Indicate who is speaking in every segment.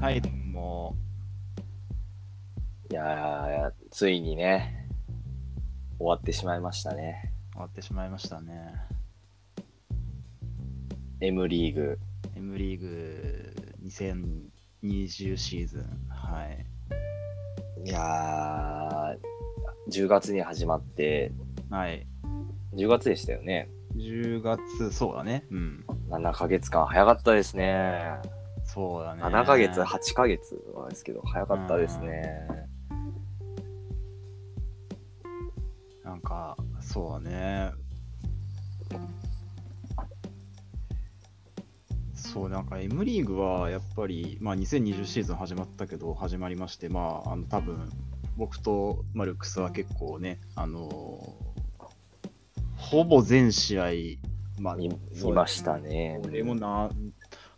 Speaker 1: ハイドンも、
Speaker 2: いやー、ついにね、終わってしまいましたね。
Speaker 1: 終わってしまいましたね。
Speaker 2: M リーグ。
Speaker 1: M リーグ2020シーズン。はい。
Speaker 2: いやー、10月に始まって、
Speaker 1: はい。
Speaker 2: 10月でしたよね。
Speaker 1: 10月、そうだね。うん。
Speaker 2: 7ヶ月間早かったですね。
Speaker 1: そうだね。
Speaker 2: 7ヶ月、8ヶ月はですけど、早かったですね。
Speaker 1: なんか、そうだね。そう、なんか M リーグはやっぱり、まあ、2020シーズン始まったけど、始まりまして、まあ、あの多分僕とマルクスは結構ね、あのーほぼ全試合、まあ、
Speaker 2: 見
Speaker 1: そう
Speaker 2: 見ましたね。
Speaker 1: 俺もな、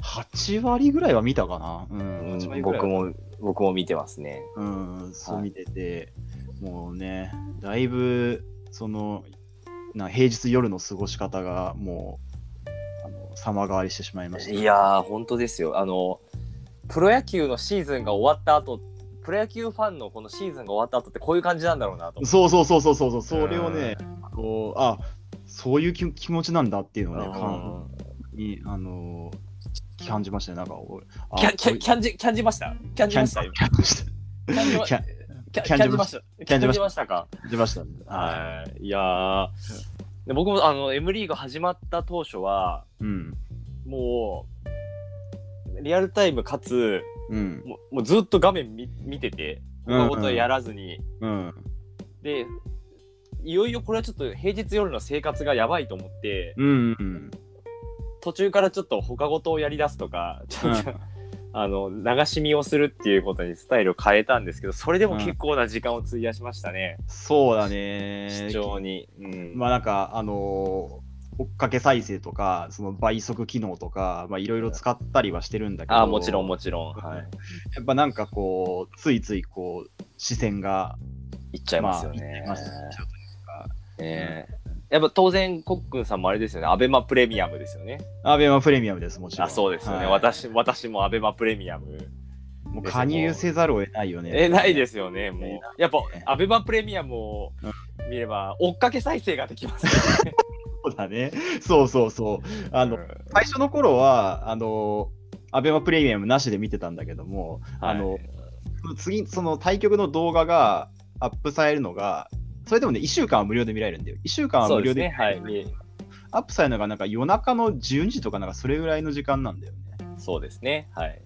Speaker 1: 8割ぐらいは見たかな。う、
Speaker 2: うんん
Speaker 1: 8割ぐらいは
Speaker 2: 僕も、僕も見てますね。
Speaker 1: うん、そう
Speaker 2: はい
Speaker 1: 見てて、もうね、だいぶ、その、な平日夜の過ごし方が、もう、あの様変わりしてしまいました。
Speaker 2: いやー、本当ですよ。あの、プロ野球のシーズンが終わった後、プロ野球ファンのこのシーズンが終わった後ってこういう感じなんだろうなと。
Speaker 1: そうそうそうそうそうそう、それをね、こう、あそういう気気持ちなんだっていうのをね、感
Speaker 2: うん
Speaker 1: に、あのー感じましたね、なんか、俺あ
Speaker 2: キャキャ
Speaker 1: こ
Speaker 2: キャンジ、キャンジましたキャ
Speaker 1: うい
Speaker 2: ンジました今
Speaker 1: キャンした
Speaker 2: キャンジま
Speaker 1: キャン
Speaker 2: キャ
Speaker 1: キャン
Speaker 2: キャンジました。
Speaker 1: キ
Speaker 2: キ
Speaker 1: ャ
Speaker 2: ャ
Speaker 1: ンジました
Speaker 2: ンジましたか。
Speaker 1: 感じましたね。は
Speaker 2: はい。いやーで僕もあの M リーグ始まった当初は、
Speaker 1: い。うん。
Speaker 2: もう、リアルタイムかつ、
Speaker 1: うん。
Speaker 2: もうもうずっと画面見見てて、
Speaker 1: う
Speaker 2: 他
Speaker 1: ん
Speaker 2: のことはやらずに、
Speaker 1: うん。
Speaker 2: で、いよいよこれはちょっと平日夜の生活がやばいと思って、
Speaker 1: うん。 うん。
Speaker 2: 途中からちょっと他事をやり出すとか、ちょっと、
Speaker 1: うん
Speaker 2: あの流し見をするっていうことにスタイルを変えたんですけど、それでも結構な時間を費やしましたね、
Speaker 1: そうだね。
Speaker 2: 視聴に。うん
Speaker 1: まあなんか、あのー追っかけ再生とか、その倍速機能とか、まあいろいろ使ったりはしてるんだけど、
Speaker 2: ああ、もちろんもちろん。はい。
Speaker 1: やっぱなんかこう、ついついこう、視線が、
Speaker 2: 行っちゃいますよね。
Speaker 1: まあ行っちゃいます
Speaker 2: ねえやっぱ当然、コックンさんもあれですよね、アベマプレミアムですよね。
Speaker 1: アベマプレミアムです、もちろん。
Speaker 2: あ、そうですよ
Speaker 1: はい
Speaker 2: ね。私私もアベマプレミアム。
Speaker 1: もう加入せざるを得ないよね。。
Speaker 2: え、ないですすよね、もう
Speaker 1: ね。
Speaker 2: やっぱ、アベマプレミアムを
Speaker 1: うん
Speaker 2: 見れば、追っかけ再生ができますよね。
Speaker 1: そうだね。そうそうそう。あ の、
Speaker 2: うん
Speaker 1: 最初の頃は、あのアベマプレミアムなしで見てたんだけども、あの
Speaker 2: はい
Speaker 1: 次、その対局の動画がアップされるのが、それでもね、1週間は無料で見られるんだよ。1週間は
Speaker 2: そう
Speaker 1: 無
Speaker 2: で
Speaker 1: 料
Speaker 2: す
Speaker 1: で
Speaker 2: ね、はい。見
Speaker 1: アップされるのがなんか夜中の12時とかなんかそれぐらいの時間なんだよね。
Speaker 2: そうですね、はい。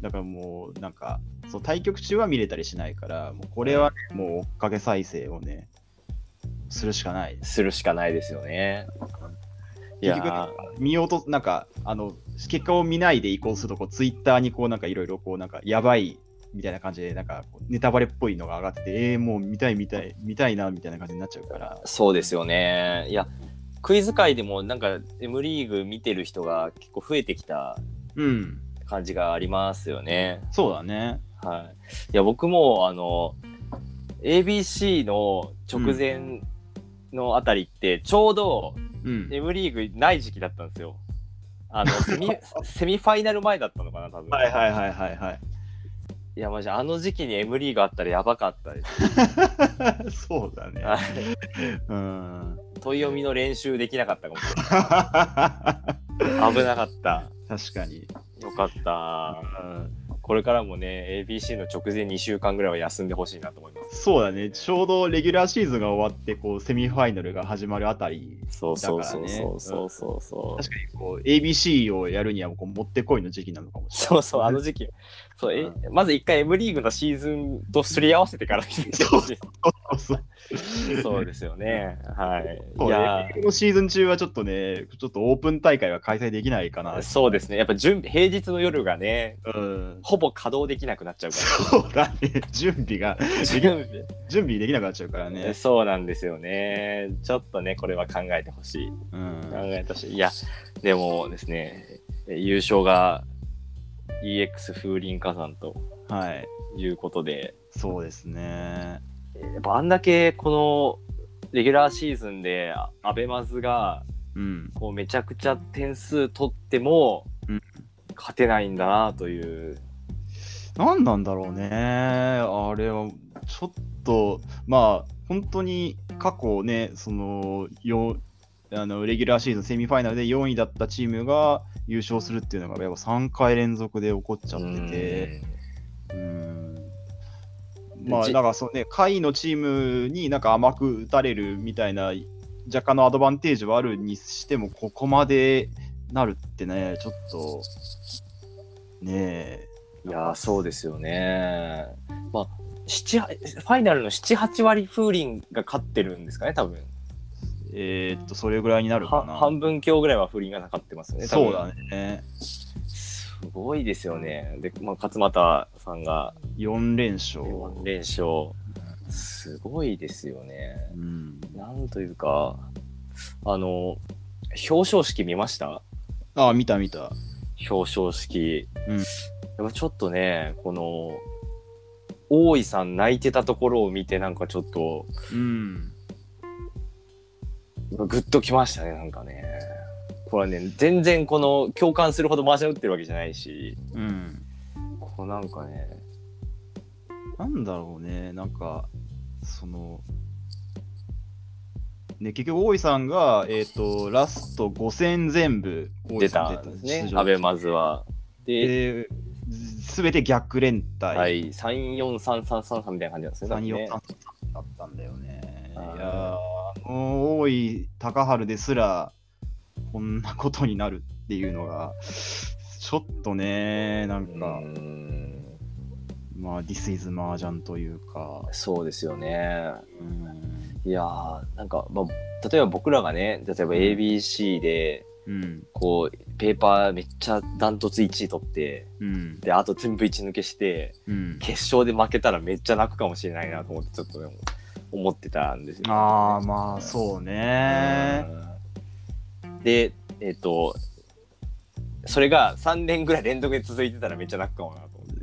Speaker 1: だからもうなんかそう対局中は見れたりしないからもうこれはね、もう追っかけ再生をねするしかないです。
Speaker 2: するしかないですよね。いや
Speaker 1: 結局
Speaker 2: ー
Speaker 1: 見ようとなんかあの結果を見ないで移行するとこうツイッターにこうなんかいろいろこうなんかやばいみたいな感じでなんかこうネタバレっぽいのが上がっててえー、もう見たい見たい見たいなみたいな感じになっちゃうから
Speaker 2: そうですよね。いや、クイズ界でもなんか M リーグ見てる人が結構増えてきた
Speaker 1: うん
Speaker 2: 感じがありますよね。
Speaker 1: そうだね
Speaker 2: はい。いや、僕もあの、ABC の直前のあたりって、ちょうど
Speaker 1: うん。
Speaker 2: M リーグない時期だったんですよ。あの、セミ、セミファイナル前だったのかな、多分。
Speaker 1: はいはい
Speaker 2: い。
Speaker 1: はいはいはい
Speaker 2: いや、マジ、あの時期に M リーグあったらやばかったです。
Speaker 1: そうだ ね。
Speaker 2: はい
Speaker 1: うん。
Speaker 2: 問い読みの練習できなかったかもしれ
Speaker 1: 確か
Speaker 2: ない。危なかった。
Speaker 1: に。
Speaker 2: よかった。これからもね、ABC の直前2週間ぐらいは休んでほしいなと思います。
Speaker 1: そうだね。ちょうどレギュラーシーズンが終わって、こう、セミファイナルが始まるあたり、
Speaker 2: そうそうそう
Speaker 1: だからね
Speaker 2: そうそうそうそう。
Speaker 1: 確かにこう、ABC をやるには、こう、もってこいの時期なのかもしれない。
Speaker 2: そうそう、あの時期。そうえまず一回 M リーグのシーズンとすり合わせてから来てほしい。
Speaker 1: そう
Speaker 2: そうですよね。はい。い
Speaker 1: そう
Speaker 2: や
Speaker 1: ねこのシーズン中はちょっとね、ちょっとオープン大会は開催できないかな
Speaker 2: ー。そうですね。やっぱ準備、平日の夜がね、
Speaker 1: うん。
Speaker 2: ほぼ稼働できなくなっちゃうか
Speaker 1: そうだね。 準備が、
Speaker 2: ら。 準備
Speaker 1: 準備できなくなっちゃうからね。
Speaker 2: そうなんですよね。ちょっとね、これは考えてほしい。
Speaker 1: う
Speaker 2: 考
Speaker 1: ん。
Speaker 2: えたし、いや、でもですね、優勝が EX 風林火山と
Speaker 1: はい。
Speaker 2: いうことで、
Speaker 1: そうですね。
Speaker 2: やっぱあんだけこのレギュラーシーズンであアベマズが
Speaker 1: うん。
Speaker 2: こうめちゃくちゃ点数取っても
Speaker 1: うん
Speaker 2: 勝てないんだなという
Speaker 1: 何なんだろうね。あれは、ちょっと、まあ、本当に過去ね、その、よあのレギュラーシーズンセミファイナルで4位だったチームが優勝するっていうのが、やっぱ3回連続で起こっちゃってて、うんまあ、
Speaker 2: じ
Speaker 1: だからそうね、下位のチームになんか甘く打たれるみたいな、若干のアドバンテージはあるにしても、ここまでなるってね、ちょっと、ね
Speaker 2: いやーそうですよね。まあ7ファイナルの78割風鈴が勝ってるんですかね多分
Speaker 1: え、えーっと、それぐらいになるか
Speaker 2: は
Speaker 1: な。
Speaker 2: 半分強ぐらいは風鈴が勝ってますよね多分
Speaker 1: そうだね。
Speaker 2: すごいですよねで、まあ、勝俣さんが
Speaker 1: 4連勝。
Speaker 2: 4連勝すごいですよね
Speaker 1: うん、
Speaker 2: なんというかあの表彰式見ました
Speaker 1: ああ、見た見た。
Speaker 2: 表彰式、
Speaker 1: うん
Speaker 2: やっぱちょっとねこの大井さん泣いてたところを見てなんかちょっと
Speaker 1: うん。
Speaker 2: グッときましたねなんかねこれはね全然この共感するほどマージャン打ってるわけじゃないし
Speaker 1: うん。
Speaker 2: こうなんかね
Speaker 1: なんだろうね、なんか、その、ね、結局、大井さんが、えっ、と、ラスト5戦全部、
Speaker 2: 出たんですね
Speaker 1: 出場
Speaker 2: 安倍まずは。で、
Speaker 1: すべて逆連帯、
Speaker 2: は、い、343333みたいな感じなんですね。
Speaker 1: 3、4、3
Speaker 2: 多分ね
Speaker 1: だったんだよね。い
Speaker 2: あ
Speaker 1: やー、
Speaker 2: ー
Speaker 1: あの大井高春ですら、こんなことになるっていうのが、ちょっとね、なん
Speaker 2: う
Speaker 1: か、
Speaker 2: ーん
Speaker 1: まあ、This is Mahjong というか、
Speaker 2: そうですよね。
Speaker 1: うん、
Speaker 2: いやーなんか、まあ、例えば僕らがね例えば ABC で
Speaker 1: うん、
Speaker 2: こうペーパーめっちゃダントツ1位取って
Speaker 1: うん、
Speaker 2: であと全部1抜けして
Speaker 1: うん。
Speaker 2: 決勝で負けたらめっちゃ泣くかもしれないなと思ってちょっとね思ってたんですよ、
Speaker 1: ああ、まあ、そうね。
Speaker 2: うんでえっ、とそれが3年ぐらい連続で続いてたらめっちゃ泣くかもなと思って。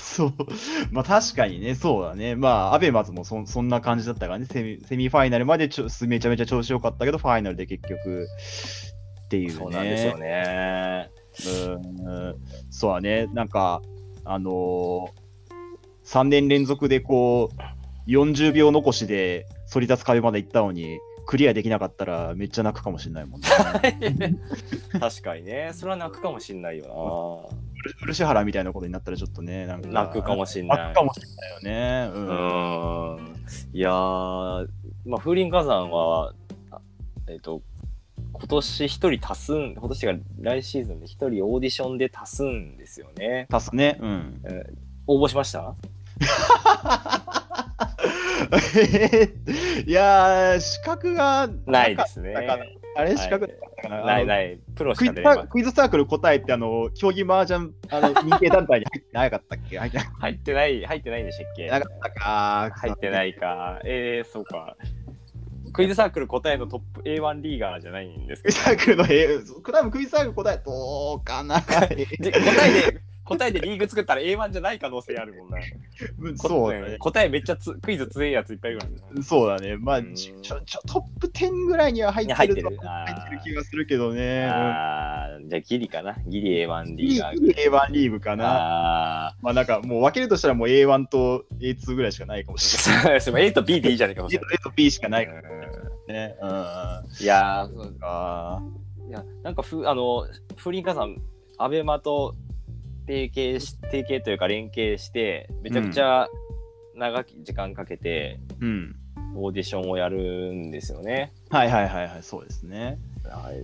Speaker 1: そう。 まあ、確かにね、そうだね。まあ、アベマズもそそんな感じだったからね、セミセミファイナルまでちょめちゃめちゃ調子良かったけど、ファイナルで結局っていうね。
Speaker 2: そうなんです よね。
Speaker 1: うんそうだね、なんか、あのー、3年連続でこう、40秒残しで反り立つ壁まで行ったのに、クリアできなかったらめっちゃ泣くかもしれないもんね。
Speaker 2: 確かにね。それは泣くかもしんないよ
Speaker 1: 漆原みたいなことになったらちょっとね、なんか。
Speaker 2: な。泣くかもしん
Speaker 1: 泣
Speaker 2: な
Speaker 1: く
Speaker 2: い
Speaker 1: か。もしれないよね。う。
Speaker 2: うんーん。いやー、まあ、風林火山は、あえっ、と、今年一人足すん、今年が来シーズンで一人オーディションで足すんですよね。
Speaker 1: 足すね。うん。
Speaker 2: 応募しました
Speaker 1: いやー、資格が
Speaker 2: ないですね。
Speaker 1: なんかあれ資格だったかな、
Speaker 2: ない
Speaker 1: い。
Speaker 2: ない。プロし
Speaker 1: クイ
Speaker 2: か
Speaker 1: ズ
Speaker 2: 出れ
Speaker 1: サ
Speaker 2: ば
Speaker 1: ークイズサークル答えって、あの、競技麻雀、あの、認定団体に入 ってなかったっけ入ってな
Speaker 2: 入ってない、入ってないんでしたっけ
Speaker 1: なかったか。。
Speaker 2: 入ってないいか。えー、そうか。クイズサークル答えのトップ A1 リーガーじゃないんです
Speaker 1: クイ
Speaker 2: け
Speaker 1: ズ
Speaker 2: ど。
Speaker 1: サークルの、えー、クラブクイズサークル答え、どうかな。
Speaker 2: で答えで、答えでリーグ作ったら A1 じゃない可能性あるもんな。
Speaker 1: うん そうだ
Speaker 2: ね
Speaker 1: ね。
Speaker 2: 答えめっちゃつクイズ強いやついっぱいいるからね
Speaker 1: そうだね。まあ、
Speaker 2: うん
Speaker 1: ちょ、ちょ、ちょトップ10ぐらいには入ってると
Speaker 2: いや入ってる
Speaker 1: 入ってる気がするけどね。うん
Speaker 2: あーじゃあギリかな。ギリ A1
Speaker 1: い
Speaker 2: リ
Speaker 1: い
Speaker 2: ーガー
Speaker 1: A1 リーグかな。
Speaker 2: あ
Speaker 1: まあなんかもう分けるとしたらもう A1 と A2 ぐらいしかないかもしれない。
Speaker 2: ー そう A と B でいいじゃないかもし
Speaker 1: A
Speaker 2: れ
Speaker 1: と A と B しかな
Speaker 2: ないい
Speaker 1: か。らね。うん。あ
Speaker 2: いやーそう
Speaker 1: あ
Speaker 2: いやなんかふあの風林火山アベマと提携し提携というか連携してめちゃくちゃ長き時間かけて
Speaker 1: ー。うん。
Speaker 2: オーディションをやるんですよね。
Speaker 1: はいはいはいはい、そうですね。
Speaker 2: はい、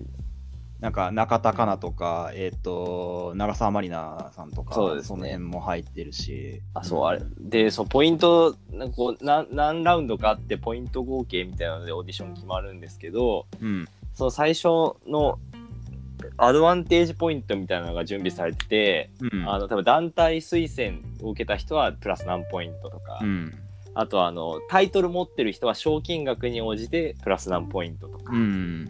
Speaker 1: なんか中田香奈とか、えっ、と、長澤まりなさんとか、
Speaker 2: そうですね
Speaker 1: の辺も入ってるし。
Speaker 2: あそうあれでそうポイントなんかこうな何ラウンドかあってポイント合計みたいなのでオーディション決まるんですけど
Speaker 1: うん。
Speaker 2: その最初のアドバンテージポイントみたいなのが準備されてて、
Speaker 1: うん。
Speaker 2: あの多分団体推薦を受けた人はプラス何ポイントとか、
Speaker 1: うん。
Speaker 2: あとあのタイトル持ってる人は賞金額に応じてプラス何ポイントとか、
Speaker 1: うん。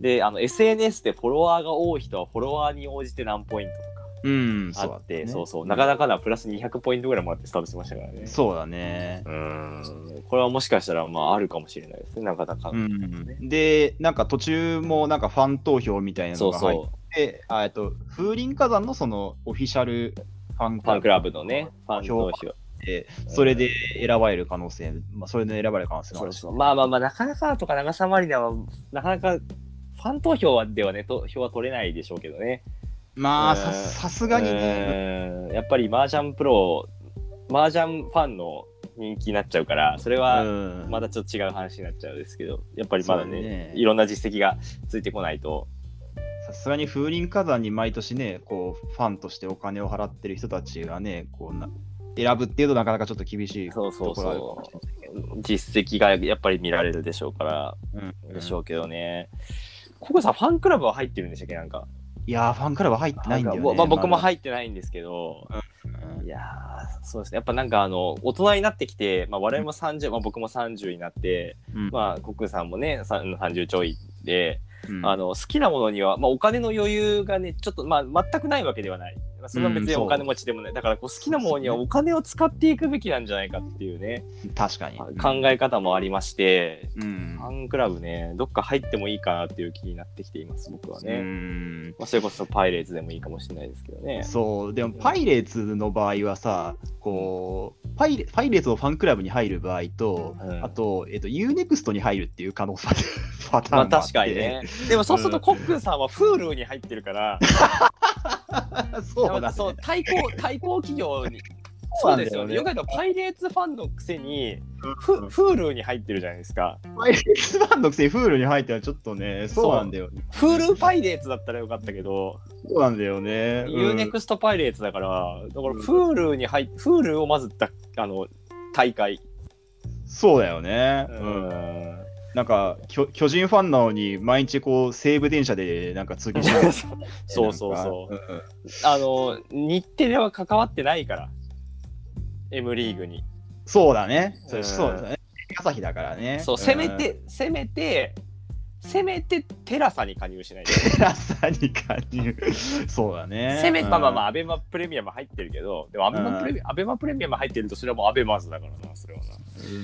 Speaker 2: であの SNS でフォロワーが多い人はフォロワーに応じて何ポイントとか。
Speaker 1: うん。
Speaker 2: あ
Speaker 1: そうだ
Speaker 2: っ、
Speaker 1: ってたね
Speaker 2: そうそう、なかなかなプラス200ポイントぐらいもらってスタートしましたからね。
Speaker 1: そうだね。
Speaker 2: うーん、これはもしかしたら、まあ、あるかもしれないですね、なかなか。
Speaker 1: うん、で、なんか途中もなんかファン投票みたいなの
Speaker 2: そう
Speaker 1: が入っ
Speaker 2: そ
Speaker 1: で、あえっと、風林火山のそのオフィシャルファン
Speaker 2: ファンクラブのね、ファン投票。
Speaker 1: で、それで選ばれる可能性、まあ、それで選ばれる可能性もあ
Speaker 2: そう
Speaker 1: るし、
Speaker 2: そうまあまあまあ、なかなかとか長さマリナは、なかなかファン投票はではね、と票は取れないでしょうけどね。
Speaker 1: まあ、
Speaker 2: うん
Speaker 1: ささすがにね、
Speaker 2: うんやっぱり麻雀プロ、麻雀ファンの人気になっちゃうから、それは
Speaker 1: うん
Speaker 2: まだちょっと違う話になっちゃうんですけど、やっぱりまだ
Speaker 1: そうだ
Speaker 2: ね
Speaker 1: ね、
Speaker 2: いろんな実績がついてこないと。
Speaker 1: さすがに風林火山に毎年ね、こう、ファンとしてお金を払ってる人たちがね、こうな選ぶっていうとなかなかちょっと厳しいと
Speaker 2: そうそ
Speaker 1: こ
Speaker 2: う
Speaker 1: ろあるか
Speaker 2: そ。
Speaker 1: もしれないう
Speaker 2: 実績がやっぱり見られるでしょうから、
Speaker 1: うん
Speaker 2: でしょうけどね。ここさん、ファンクラブは入ってるんでしたっけなんか。
Speaker 1: いやー、ファンクラブ入ってないんだよね。
Speaker 2: まあ、僕も
Speaker 1: まだ
Speaker 2: 入ってないんですけど、
Speaker 1: うん
Speaker 2: いやーそうですねやっぱなんかあの大人になってきて、まあ、我々も30、まあ、僕も30になって、
Speaker 1: うん
Speaker 2: まあコックさんもねさ30ちょいで、
Speaker 1: うん
Speaker 2: あの好きなものには、まあ、お金の余裕がねちょっと、まあ、全くないわけではない、まあ、それは別
Speaker 1: うん
Speaker 2: に
Speaker 1: そう
Speaker 2: お金持ちでもない、だからこう好きなものにはお金を使っていくべきなんじゃないかっていうね、
Speaker 1: 確かに。
Speaker 2: 考え方もありまして、
Speaker 1: うん
Speaker 2: ファンクラブねどっか入ってもいいかなっていう気になってきています僕はね。
Speaker 1: うん
Speaker 2: まあ、それこそパイレーツでもいいかもしれないですけどね。
Speaker 1: そう、でもパイレーツの場合はさ、こう、パイレパイレーツのファンクラブに入る場合と、
Speaker 2: うん
Speaker 1: あと、えっと、UNEXT に入るっていう可能性 パタ
Speaker 2: ま
Speaker 1: ー
Speaker 2: あ
Speaker 1: ンもあって。
Speaker 2: 確かにね。でもそうするとコックンさんはフールに入ってるから、
Speaker 1: そうだ、ね、
Speaker 2: そう対抗対抗企業に。
Speaker 1: そう
Speaker 2: そ
Speaker 1: なだよね
Speaker 2: うんですよね。よく言うとパイレーツファンのくせに
Speaker 1: う
Speaker 2: フ
Speaker 1: ん
Speaker 2: フールに入ってるじゃないですか。
Speaker 1: パイレーツファンのくせにフールに入ってはちょっとね、
Speaker 2: そう
Speaker 1: そうなんだよね。
Speaker 2: フールパイレーツだったらよかったけど、
Speaker 1: そうなんだよね。
Speaker 2: ユーネクストパイレーツだから、だからフールに入っフールをまずだあの大会。
Speaker 1: うんそうだよね。
Speaker 2: う
Speaker 1: うん
Speaker 2: ん。
Speaker 1: なんか巨、巨人ファンなのに、毎日こう、西武電車でなんか通勤しながら
Speaker 2: そうそうそう
Speaker 1: なんかうんうん
Speaker 2: あの日程では関わってないから M リーグに
Speaker 1: そうだね。
Speaker 2: う
Speaker 1: そ
Speaker 2: ん
Speaker 1: うそうだね。朝日だからね。
Speaker 2: そうせめてせめてせめてテラサに加入しないと
Speaker 1: うん。朝に加入。そうだね。
Speaker 2: せめてまあまあまあ
Speaker 1: あ。
Speaker 2: アベマプレミアム入ってるけどでもアベマプレミアムアベマプレミアム入ってるとそれはもうアベマーズだからなそれはな、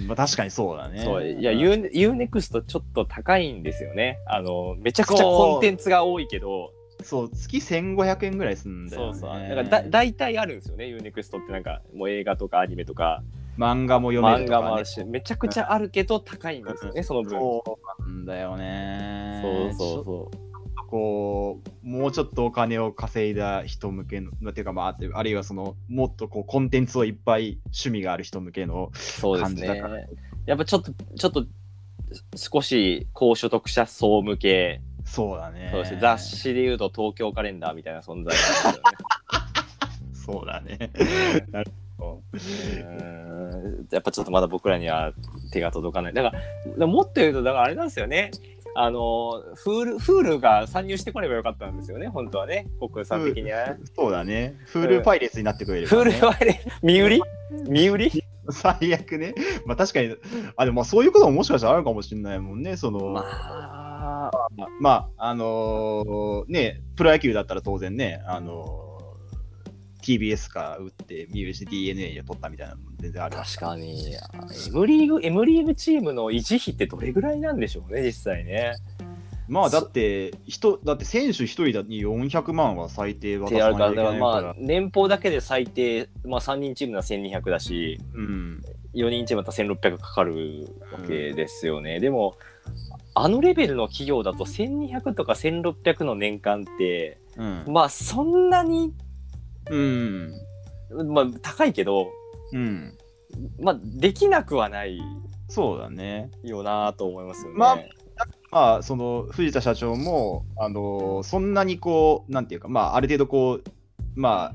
Speaker 1: うんまあ、確かにそうだね。
Speaker 2: そういや
Speaker 1: うん
Speaker 2: U- UNEXT ちょっと高いんですよねあのめちゃくちゃ
Speaker 1: そう
Speaker 2: コンテンツが多いけど
Speaker 1: そう、月1500円ぐらいすんだ
Speaker 2: そ
Speaker 1: よ、
Speaker 2: う
Speaker 1: ね。
Speaker 2: そうだからだ大体あるんですよね UNEXT ってなんかもう映画とかアニメとか
Speaker 1: 漫画も読め
Speaker 2: 漫
Speaker 1: るとか、
Speaker 2: 画
Speaker 1: ね。
Speaker 2: もあるしめちゃくちゃあるけど高いんですよねその分
Speaker 1: そうなんだよね。
Speaker 2: そうそう
Speaker 1: ちょ
Speaker 2: そう
Speaker 1: っとこう、もうちょっとお金を稼いだ人向けの、まあていうかまあ、あるいはその、もっとこう、コンテンツをいっぱい趣味がある人向けの
Speaker 2: そうです
Speaker 1: 感じだ
Speaker 2: ね
Speaker 1: から。
Speaker 2: やっぱちょっとちょっと少し高所得者層向け
Speaker 1: そうだね。
Speaker 2: そうですね雑誌でいうと東京カレンダーみたいな存在なん
Speaker 1: そうだね。 なるほ
Speaker 2: ですよねうーんやっぱちょっとまだ僕らには手が届かないだからだからもっと言うとだからあれなんですよねあのフールフールが参入してこればよかったんですよね本当はね国産的にはね
Speaker 1: ど。そうだね。フールパイレーツになってくれる、
Speaker 2: フールはあれ身売り身売り
Speaker 1: 最悪ね。まあ確かに、あ、でもまあそういうことももしかしたらあるかもしれないもんね。その、ま
Speaker 2: まあ
Speaker 1: あ、まあ、あのーね、プロ野球だったら当然ね、あのー TBS から打って、三好 DNA で取ったみたいなのも全然ある。
Speaker 2: 確かに M リーグ M リーグチームの維持費ってどれぐらいなんでしょうね実際ね。
Speaker 1: まあだって、人、だって選手一人だに400万は最低渡
Speaker 2: っ
Speaker 1: さ
Speaker 2: てあ
Speaker 1: ない
Speaker 2: る
Speaker 1: とい
Speaker 2: か
Speaker 1: け
Speaker 2: らだ
Speaker 1: ない
Speaker 2: か
Speaker 1: からら。
Speaker 2: まあ年俸だけで最低、まあ、3人チームなら1200だし
Speaker 1: うん。
Speaker 2: 4人チームだったら1600かかるわけですよね、でもあのレベルの企業だと1200とか1600の年間って
Speaker 1: うん。
Speaker 2: まあそんなに、
Speaker 1: うん。
Speaker 2: まあ、高いけど、
Speaker 1: うん。
Speaker 2: まあ、できなくはない
Speaker 1: そうだね。
Speaker 2: よなと思いますよね。
Speaker 1: まあまあ、その藤田社長も、あのーそんなにこう、なんていうか、まあ、ある程度こう、まあ、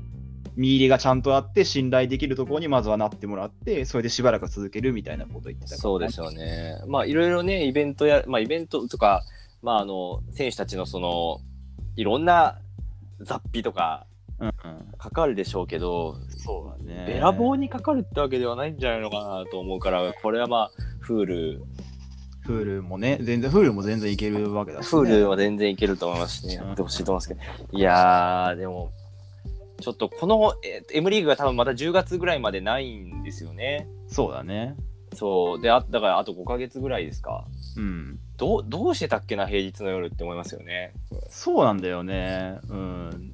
Speaker 1: 見入りがちゃんとあって、信頼できるところにまずはなってもらって、それでしばらくは続けるみたいなことを言ってたから、
Speaker 2: そうでしょうね。まあいろいろねイベントや、まあ、イベントとか、まあ、あの選手たちのそのいろんな雑費とか
Speaker 1: うんうん、
Speaker 2: かかるでしょうけど、
Speaker 1: そうだね。
Speaker 2: べらぼうにかかるってわけではないんじゃないのかなと思うからこれはまあフール
Speaker 1: フールもね、全然、フールも全然いけるわけだし、ね。
Speaker 2: フールは全然いけると思いますしねやってほしいと思いますけどいやーでもちょっとこの、えー M リーグが多分また10月ぐらいまでないんですよね。
Speaker 1: そうだね。
Speaker 2: そうであだからあと5ヶ月ぐらいですか。
Speaker 1: うん。
Speaker 2: どうどうしてたっけな平日の夜って思いますよね。
Speaker 1: そうなんだよね。うん。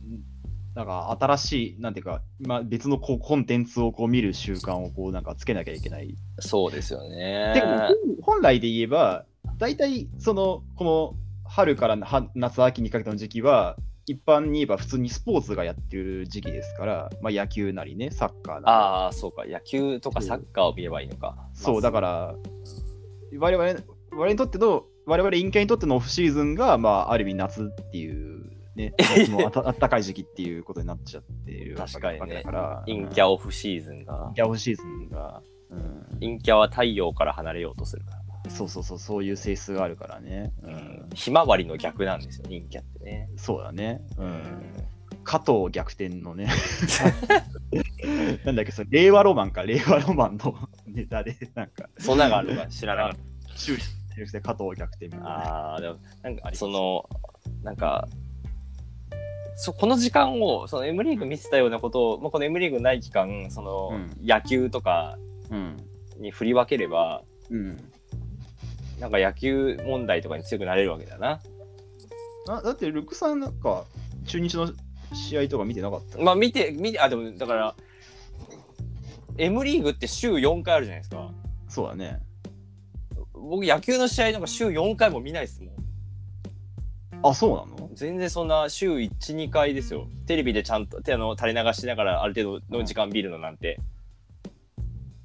Speaker 1: なんか新しい、なんていうか、まあ、別のこうコンテンツをこう見る習慣をこうなんかつけなきゃいけない。
Speaker 2: そうですよね。
Speaker 1: でも本本来で言えば、大体そのこの春からは夏、秋にかけての時期は、一般に言えば普通にスポーツがやってる時期ですから、まあ、野球なりね、サッカーなり。
Speaker 2: ああ、そうか、野球とかサッカーを見ればいいのか。
Speaker 1: そう、だ
Speaker 2: ま
Speaker 1: か
Speaker 2: あ
Speaker 1: ら、我々、我々にとっての、我々、陰キャにとってのオフシーズンが、まあ、ある意味夏っていう、 ね、夏のあたあったかい時期っていうことになっちゃってるわけ
Speaker 2: 確かにね
Speaker 1: わけだから、
Speaker 2: 陰キャ
Speaker 1: オ、
Speaker 2: オフシーズンが
Speaker 1: 陰。キャオフシーズンが、うん、
Speaker 2: 陰キャは太陽から離れようとするから。
Speaker 1: そうそうそう、そういう性質があるからね。う
Speaker 2: うんん、ひまわりの逆なんですよ、陰キャってね。
Speaker 1: そうだね。う。
Speaker 2: うん
Speaker 1: 加藤逆転の ね、なんだっけ、それ令和ロマンか、令和ロマンのネタで、なんか、
Speaker 2: そんなのがあるのか知らなかっ
Speaker 1: 修理して加藤逆転みたい
Speaker 2: た。
Speaker 1: な。
Speaker 2: ああ、でも、なんか、その、なんか、そこの時間を、その M リーグ見てたようなことを、まあ、この M リーグない期間、その、
Speaker 1: うん
Speaker 2: 野球とか
Speaker 1: うん。
Speaker 2: に振り分ければ、
Speaker 1: うん
Speaker 2: なんか野球問題とかに強くなれるわけだな。
Speaker 1: あだって、ルクさんなんか、中日の試合とか見てなかった
Speaker 2: まあ見て、見て、あ、でもだから、M リーグって週4回あるじゃないですか。
Speaker 1: そうだね。
Speaker 2: 僕、野球の試合なんか週4回も見ないですもん。
Speaker 1: あ、そうなの
Speaker 2: 全然そんな週1、2回ですよ。テレビでちゃんと手の垂れ流しながらある程度の時間見るのなんて。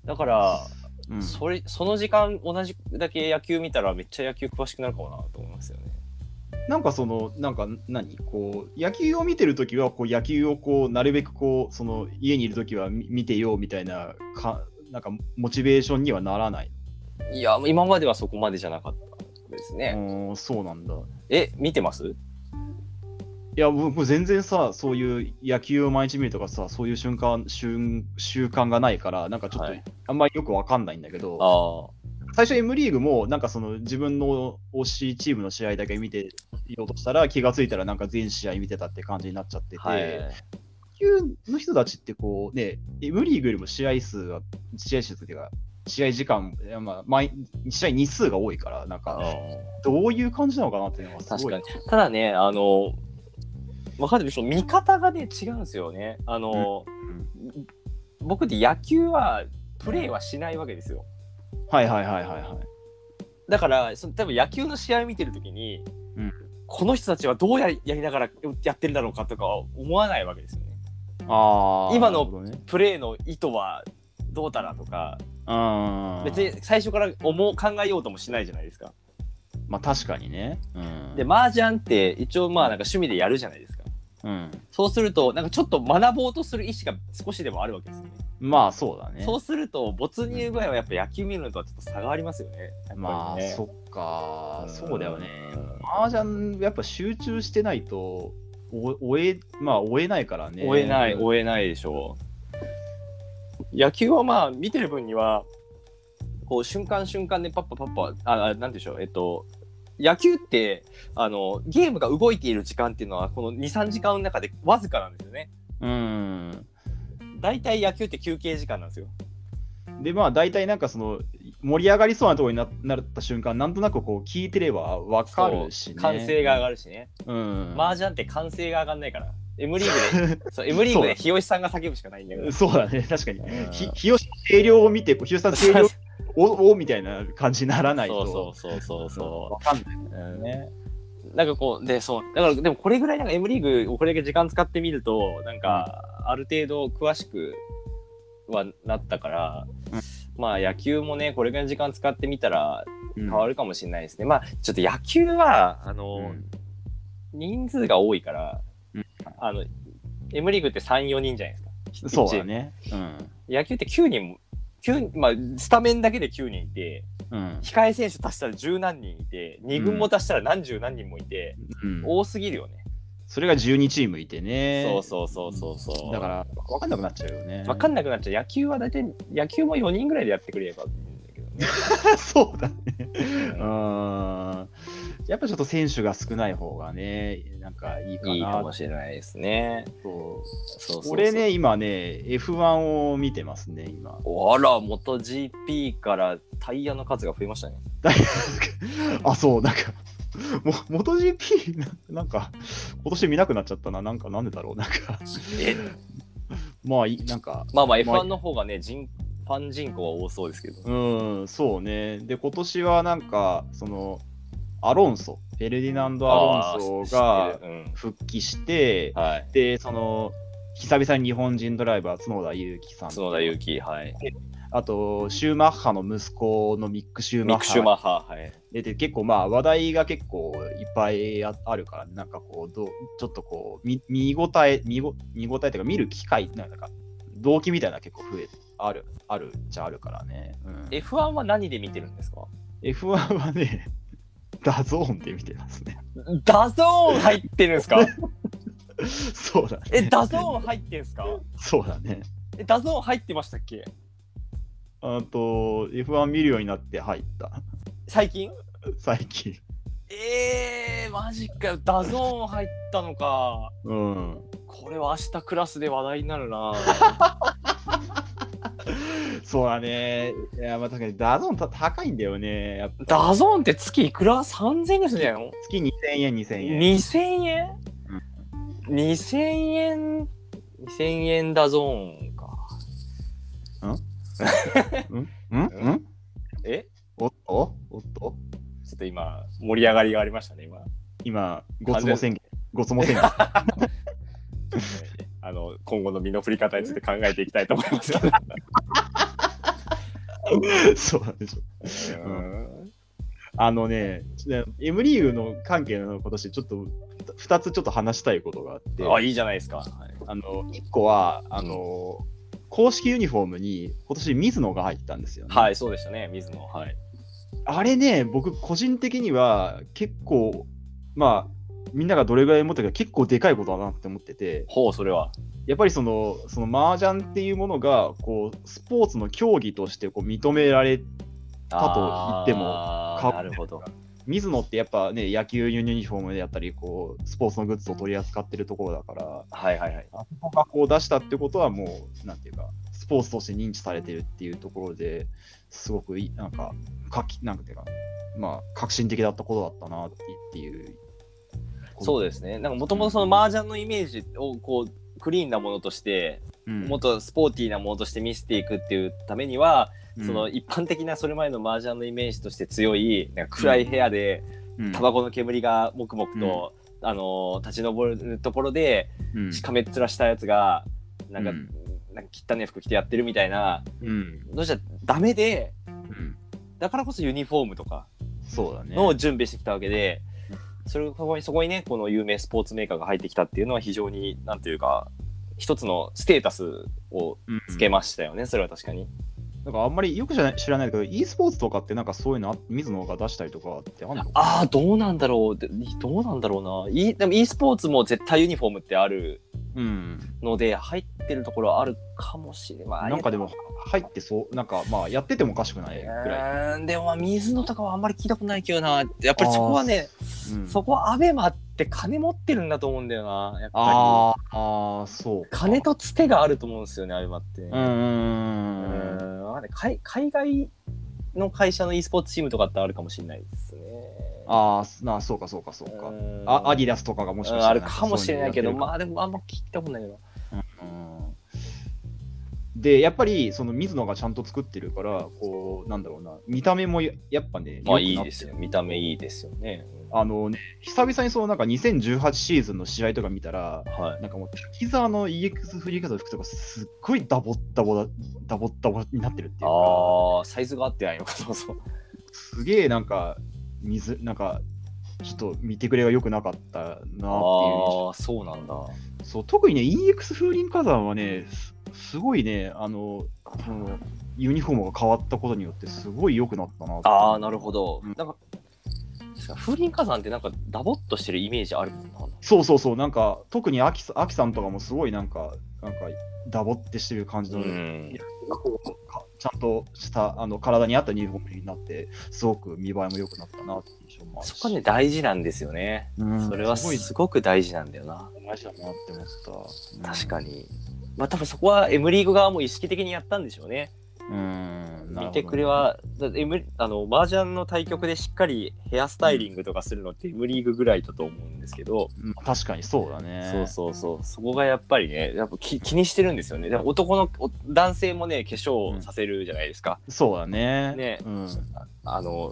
Speaker 2: だから、
Speaker 1: うん
Speaker 2: それ、その時間同じだけ野球見たらめっちゃ野球詳しくなるかもなと思いますよね。
Speaker 1: なんかその、なんか何こう、野球を見てるときは、こう、野球をこう、なるべくこう、その、家にいるときは見見てようみたいな、か、なんか、モチベーションにはならない。
Speaker 2: いや、今まではそこまでじゃなかったです
Speaker 1: う
Speaker 2: ね。
Speaker 1: ーん、そうなんだ。い
Speaker 2: え、見てます
Speaker 1: や、もうもう全然さ、そういう野球を毎日見るとかさ、そういう瞬間、瞬習慣がないから、なんかちょっと、
Speaker 2: はい
Speaker 1: あんまりよくわかんないんだけど、
Speaker 2: ああ。
Speaker 1: 最初 M リーグもなんかその自分の推しチームの試合だけ見ていようとしたら気がついたらなんか全試合見てたって感じになっちゃってて、
Speaker 2: はい。
Speaker 1: 野球の人たちってこうね M リーグよりも試合数が試合数っていうか試合時間、いやまあ、毎試合日数が多いからなん
Speaker 2: あ
Speaker 1: か
Speaker 2: ー
Speaker 1: どういう感じなのかなっていうのがす
Speaker 2: 確
Speaker 1: ごい
Speaker 2: かに。ただね、あの、分かってるでしょ、見方がね、違うんですよね。あの、僕って野球はプレーはしないわけですよ。
Speaker 1: はいはいはいはいはい
Speaker 2: だから、その多分野球の試合見てるときに、
Speaker 1: うん
Speaker 2: この人たちはどうやりやりながらやってるだろうかとかは思わないわけですよね。
Speaker 1: あー
Speaker 2: 今の
Speaker 1: なるほどね
Speaker 2: プレーの意図はどうだらとか、
Speaker 1: うん
Speaker 2: 別に最初から思う考えようともしないじゃないですか。
Speaker 1: まあ確かにねうん
Speaker 2: で、麻雀って一応まあなんか趣味でやるじゃないですか。
Speaker 1: うん
Speaker 2: そうすると、なんかちょっと学ぼうとする意思が少しでもあるわけですよね。
Speaker 1: まあそうだね
Speaker 2: そうすると、没入具合はやっぱ野球見るのとはちょっと差がありますよね。やっぱりね
Speaker 1: まあそっか
Speaker 2: うん
Speaker 1: そうだよね麻雀やっぱ集中してないとお終えまあ終えないからね
Speaker 2: 追えない、
Speaker 1: うん
Speaker 2: 追えないでしょう。野球はまあ、見てる分には、こう、瞬間瞬間でパッパパッパ、あ、あなんでしょう、えっと、野球って、あの、ゲームが動いている時間っていうのは、この2、3時間の中でわずかなんですよね。
Speaker 1: うん
Speaker 2: 大体野球って休憩時間なんですよ。
Speaker 1: でまあ大体なんかその盛り上がりそうなところにななった瞬間なんとなくこう聞いてれば分かるしね
Speaker 2: そう歓声が上がるしね。
Speaker 1: うん
Speaker 2: 麻雀って歓声が上がんないから。M リーグ で、そう M リーグで日吉さんが叫ぶしかないんだけど。
Speaker 1: そうだね確かに
Speaker 2: うん
Speaker 1: ひ日吉の声量を見てこう日吉さんの声量 おおみたいな感じにならないと
Speaker 2: そうそうそうそうそう。
Speaker 1: 分かんない
Speaker 2: うん
Speaker 1: ね
Speaker 2: なんかこう、で、そう、だから、でもこれぐらいなんか M リーグをこれだけ時間使ってみると、なんか、ある程度詳しくはなったから、
Speaker 1: うん
Speaker 2: まあ野球もね、これぐらいの時間使ってみたら
Speaker 1: 変
Speaker 2: 変わ
Speaker 1: る
Speaker 2: るかもしれないですね。まあ、ちょっと野球は、あ
Speaker 1: う
Speaker 2: の、
Speaker 1: ん
Speaker 2: 人数が多いから、
Speaker 1: うん
Speaker 2: あの、M リーグって3、4人じゃないですか。
Speaker 1: そうだねうん
Speaker 2: 野球って9人も、9まあ、スタメンだけで9人いて、
Speaker 1: うん
Speaker 2: 控え選手足したら十何人いて、2軍も足したら何十何人もいて、
Speaker 1: うん
Speaker 2: 多すぎるよね。
Speaker 1: それが12チームいてね
Speaker 2: そうそうそうそうそう。
Speaker 1: だから分かんなくなっちゃうよね
Speaker 2: 分かんなくなっちゃう。野球は大体、野球も4人ぐらいでやってくれればいいんだけどね。
Speaker 1: そうだね。うーん。やっぱちょっと選手が少ない方がね、なんかいいか
Speaker 2: いいか
Speaker 1: な
Speaker 2: もしれないですね。
Speaker 1: と。
Speaker 2: そうそうそう
Speaker 1: 俺。ね、今ね、F1 を見てますね、今。
Speaker 2: あら、元 GP からタイヤの数が増えましたね。
Speaker 1: あ、そう、なんか、も、元 GP な、なんか、今年見なくなっちゃったな、なんか、なんでだろう、なんか、
Speaker 2: え
Speaker 1: まあいい、なんか、
Speaker 2: まあまあ
Speaker 1: まあ
Speaker 2: F1 の方がね人ファン人口は多そうですけど、
Speaker 1: うん、そうね。で、今年はなんか、その、アロンソ、フェルディナンド・アロンソ
Speaker 2: あー知
Speaker 1: が
Speaker 2: ってるうん
Speaker 1: 復帰して、
Speaker 2: はい
Speaker 1: で、その、久々に日本人ドライバー、角田裕樹さん。
Speaker 2: 角田裕樹はい
Speaker 1: あと、シューマッハの息子のミック・シューマ
Speaker 2: ミ
Speaker 1: ッ
Speaker 2: ック・シューマ
Speaker 1: ハ
Speaker 2: ッハはい
Speaker 1: 出て、結構まあ話題が結構いっぱいああるから、ね、なんかこうどう、ちょっとこう、見見応え、見ご見応えというか見る機会、なんか、動機みたいなのが結構増えて、ある、あるっちゃあるからね。うん、
Speaker 2: F1 は何で見てるんですか
Speaker 1: F1 はね、 ダゾーンで見てますね。
Speaker 2: ダゾーン入ってるんですか
Speaker 1: そうだね。
Speaker 2: えダゾーン入ってんすか
Speaker 1: そうだね。
Speaker 2: えダゾーン入ってましたっけ
Speaker 1: あと、F1 見るようになって入った。
Speaker 2: 最近
Speaker 1: 最近。
Speaker 2: えー、マジかよダゾーン入ったのか
Speaker 1: うん。
Speaker 2: これは明日クラスで話題になる な
Speaker 1: そうだね。いや、まあ確かにダゾーンた高いんだよね。やっぱ
Speaker 2: ダゾーンって月いくら3000円ぐらいするんじゃないの
Speaker 1: 月2000円、2000円。
Speaker 2: 2000円 ?2000 円 ?2000 円ダゾーンか
Speaker 1: んん
Speaker 2: え
Speaker 1: おっとおっと
Speaker 2: ちょっと今盛り上がりがありましたね 今
Speaker 1: 今、ごつも宣言。ごつも宣言。
Speaker 2: あの今後の身の振り方について考えていきたいと思いますけど
Speaker 1: そうなんでしょ。
Speaker 2: うん
Speaker 1: あのね、ね M リーグの関係の今年、ちょっと2つちょっと話したいことがあって。
Speaker 2: あいいじゃないですか、はい
Speaker 1: あの1個はあの、公式ユニフォームに今年水野が入ったんですよね。
Speaker 2: はい、そうでしたね、水野。はい。
Speaker 1: あれね、僕個人的には結構、まあ、みんながどれぐらい思ったか結構でかいことだなって思ってて、
Speaker 2: ほう、それは。
Speaker 1: やっぱりそのその麻雀っていうものがこうスポーツの競技としてこう認められ、
Speaker 2: あー
Speaker 1: 言ってもか
Speaker 2: なるほど。
Speaker 1: 水野ってやっぱね、野球ユニフォームであったりこう、スポーツのグッズを取り扱ってるところだから、
Speaker 2: はいはいはい。
Speaker 1: あそこがこう出したってことはもう、なんていうか、スポーツとして認知されてるっていうところですごくいい、なんか、かきなんていうか、まあ、革新的だったことだったなっていう。。
Speaker 2: そうですすね。なんかもともとその麻雀のイメージをこう、クリーンなものとして、
Speaker 1: うん
Speaker 2: もっとスポーティーなものとして見せていくっていうためには、その
Speaker 1: うん
Speaker 2: 一般的なそれ前の麻雀のイメージとして強い、なんか暗い部屋で、
Speaker 1: うん
Speaker 2: タバコの煙がもくもくと、あのー立ち上るところで、
Speaker 1: うん
Speaker 2: しかめっ面したやつが、なんか、
Speaker 1: うん
Speaker 2: なんか汚い服着てやってるみたいな、
Speaker 1: うん
Speaker 2: どうしたらダメで、
Speaker 1: うん
Speaker 2: だからこそユニフォームとか
Speaker 1: そうだね。
Speaker 2: のを準備してきたわけで、それそこにそこにねこの有名スポーツメーカーが入ってきたっていうのは非常になんていうか一つのステータスを
Speaker 1: うん
Speaker 2: つけましたよね、それは確かに。
Speaker 1: なんかあんまりよく知らない知らないけど、e スポーツとかってなんかそういうのあ、水野が出したりとかってあるの
Speaker 2: ああどうなんだろうでどうなんだろうないでも e スポーツも絶対ユニフォームってある
Speaker 1: うん。
Speaker 2: ので入ってるところはあるかもしれない。
Speaker 1: なんかでも、入ってそう、なんかまあ、やっててもおかしくないぐらい。
Speaker 2: うーんでもまあ水野とかはあんまり聞いたことないけどなやっぱりそこはね、
Speaker 1: うん
Speaker 2: そこはアベマって金持ってるんだと思うんだよなやっぱり。
Speaker 1: あーあー、そうか。
Speaker 2: 金とつてがあると思うんですよね、アベマって。
Speaker 1: うんうんう
Speaker 2: う
Speaker 1: んうん。
Speaker 2: んあれ海海外の会社の e スポーツチームとかってあるかもしれないですね。
Speaker 1: ああ、すなそうかそうかそうか。
Speaker 2: うん
Speaker 1: あアディダスとかがもしかし
Speaker 2: うん
Speaker 1: たら
Speaker 2: あるかもしれないけど、
Speaker 1: そううのや
Speaker 2: まあでもあんま聞いたことないよ
Speaker 1: ってるかうんで、やっぱりその水野がちゃんと作ってるから、こう、なんだろうな、見た目もややっぱね、
Speaker 2: な。まあ
Speaker 1: 良く
Speaker 2: い
Speaker 1: なっ
Speaker 2: い
Speaker 1: て
Speaker 2: ですよ、見た目いいですよね。
Speaker 1: あのね、久々にそのなんか2018シーズンの試合とか見たら、
Speaker 2: はい、
Speaker 1: なんかもう滝沢の EX 振り方の服とかすっごいダボッダボだ、ダボッダボになってるっていうか。
Speaker 2: ああ、サイズが合ってないのか、そうそう。
Speaker 1: すげえなんか水なんかちょっと見てくれが良くなかったなっていう
Speaker 2: ああ、そうなんだ。
Speaker 1: そう特にね EX 風林火山はねすすごいねあのそのユニフォームが変わったことによってすごい良くなったなって
Speaker 2: ああ、なるほど。
Speaker 1: うん
Speaker 2: なんか、確か風林火山ってなんかダボっとしてるイメージあるもんな。
Speaker 1: そうそうそうなんか特にアキさアキさんとかもすごいなんかなんかダボってしてる感じの、
Speaker 2: うん
Speaker 1: かちゃんとしたあの体に合ったユニフォームになってすごく見栄えも良くなったなっていう印象もあるし
Speaker 2: そこはね、、大事なんですよね。
Speaker 1: うん
Speaker 2: それは
Speaker 1: すごい
Speaker 2: すごく大事なんだよな。
Speaker 1: 大事だなって思った、
Speaker 2: 確かに。まあ多分そこは M リーグ側も意識的にやったんでしょうね。
Speaker 1: うんなる
Speaker 2: 見
Speaker 1: ほど
Speaker 2: てくれは、だって M- あの麻雀の対局でしっかりヘアスタイリングとかするのって M リーグぐらいだと思うんですけど、
Speaker 1: うん確かにそうだね。
Speaker 2: そうそうそう、そこがやっぱりね、やっぱ気気にしてるんですよね。でも男のお男性もね、化粧させるじゃないですか。
Speaker 1: う。そうだね。
Speaker 2: ね
Speaker 1: うん。
Speaker 2: あの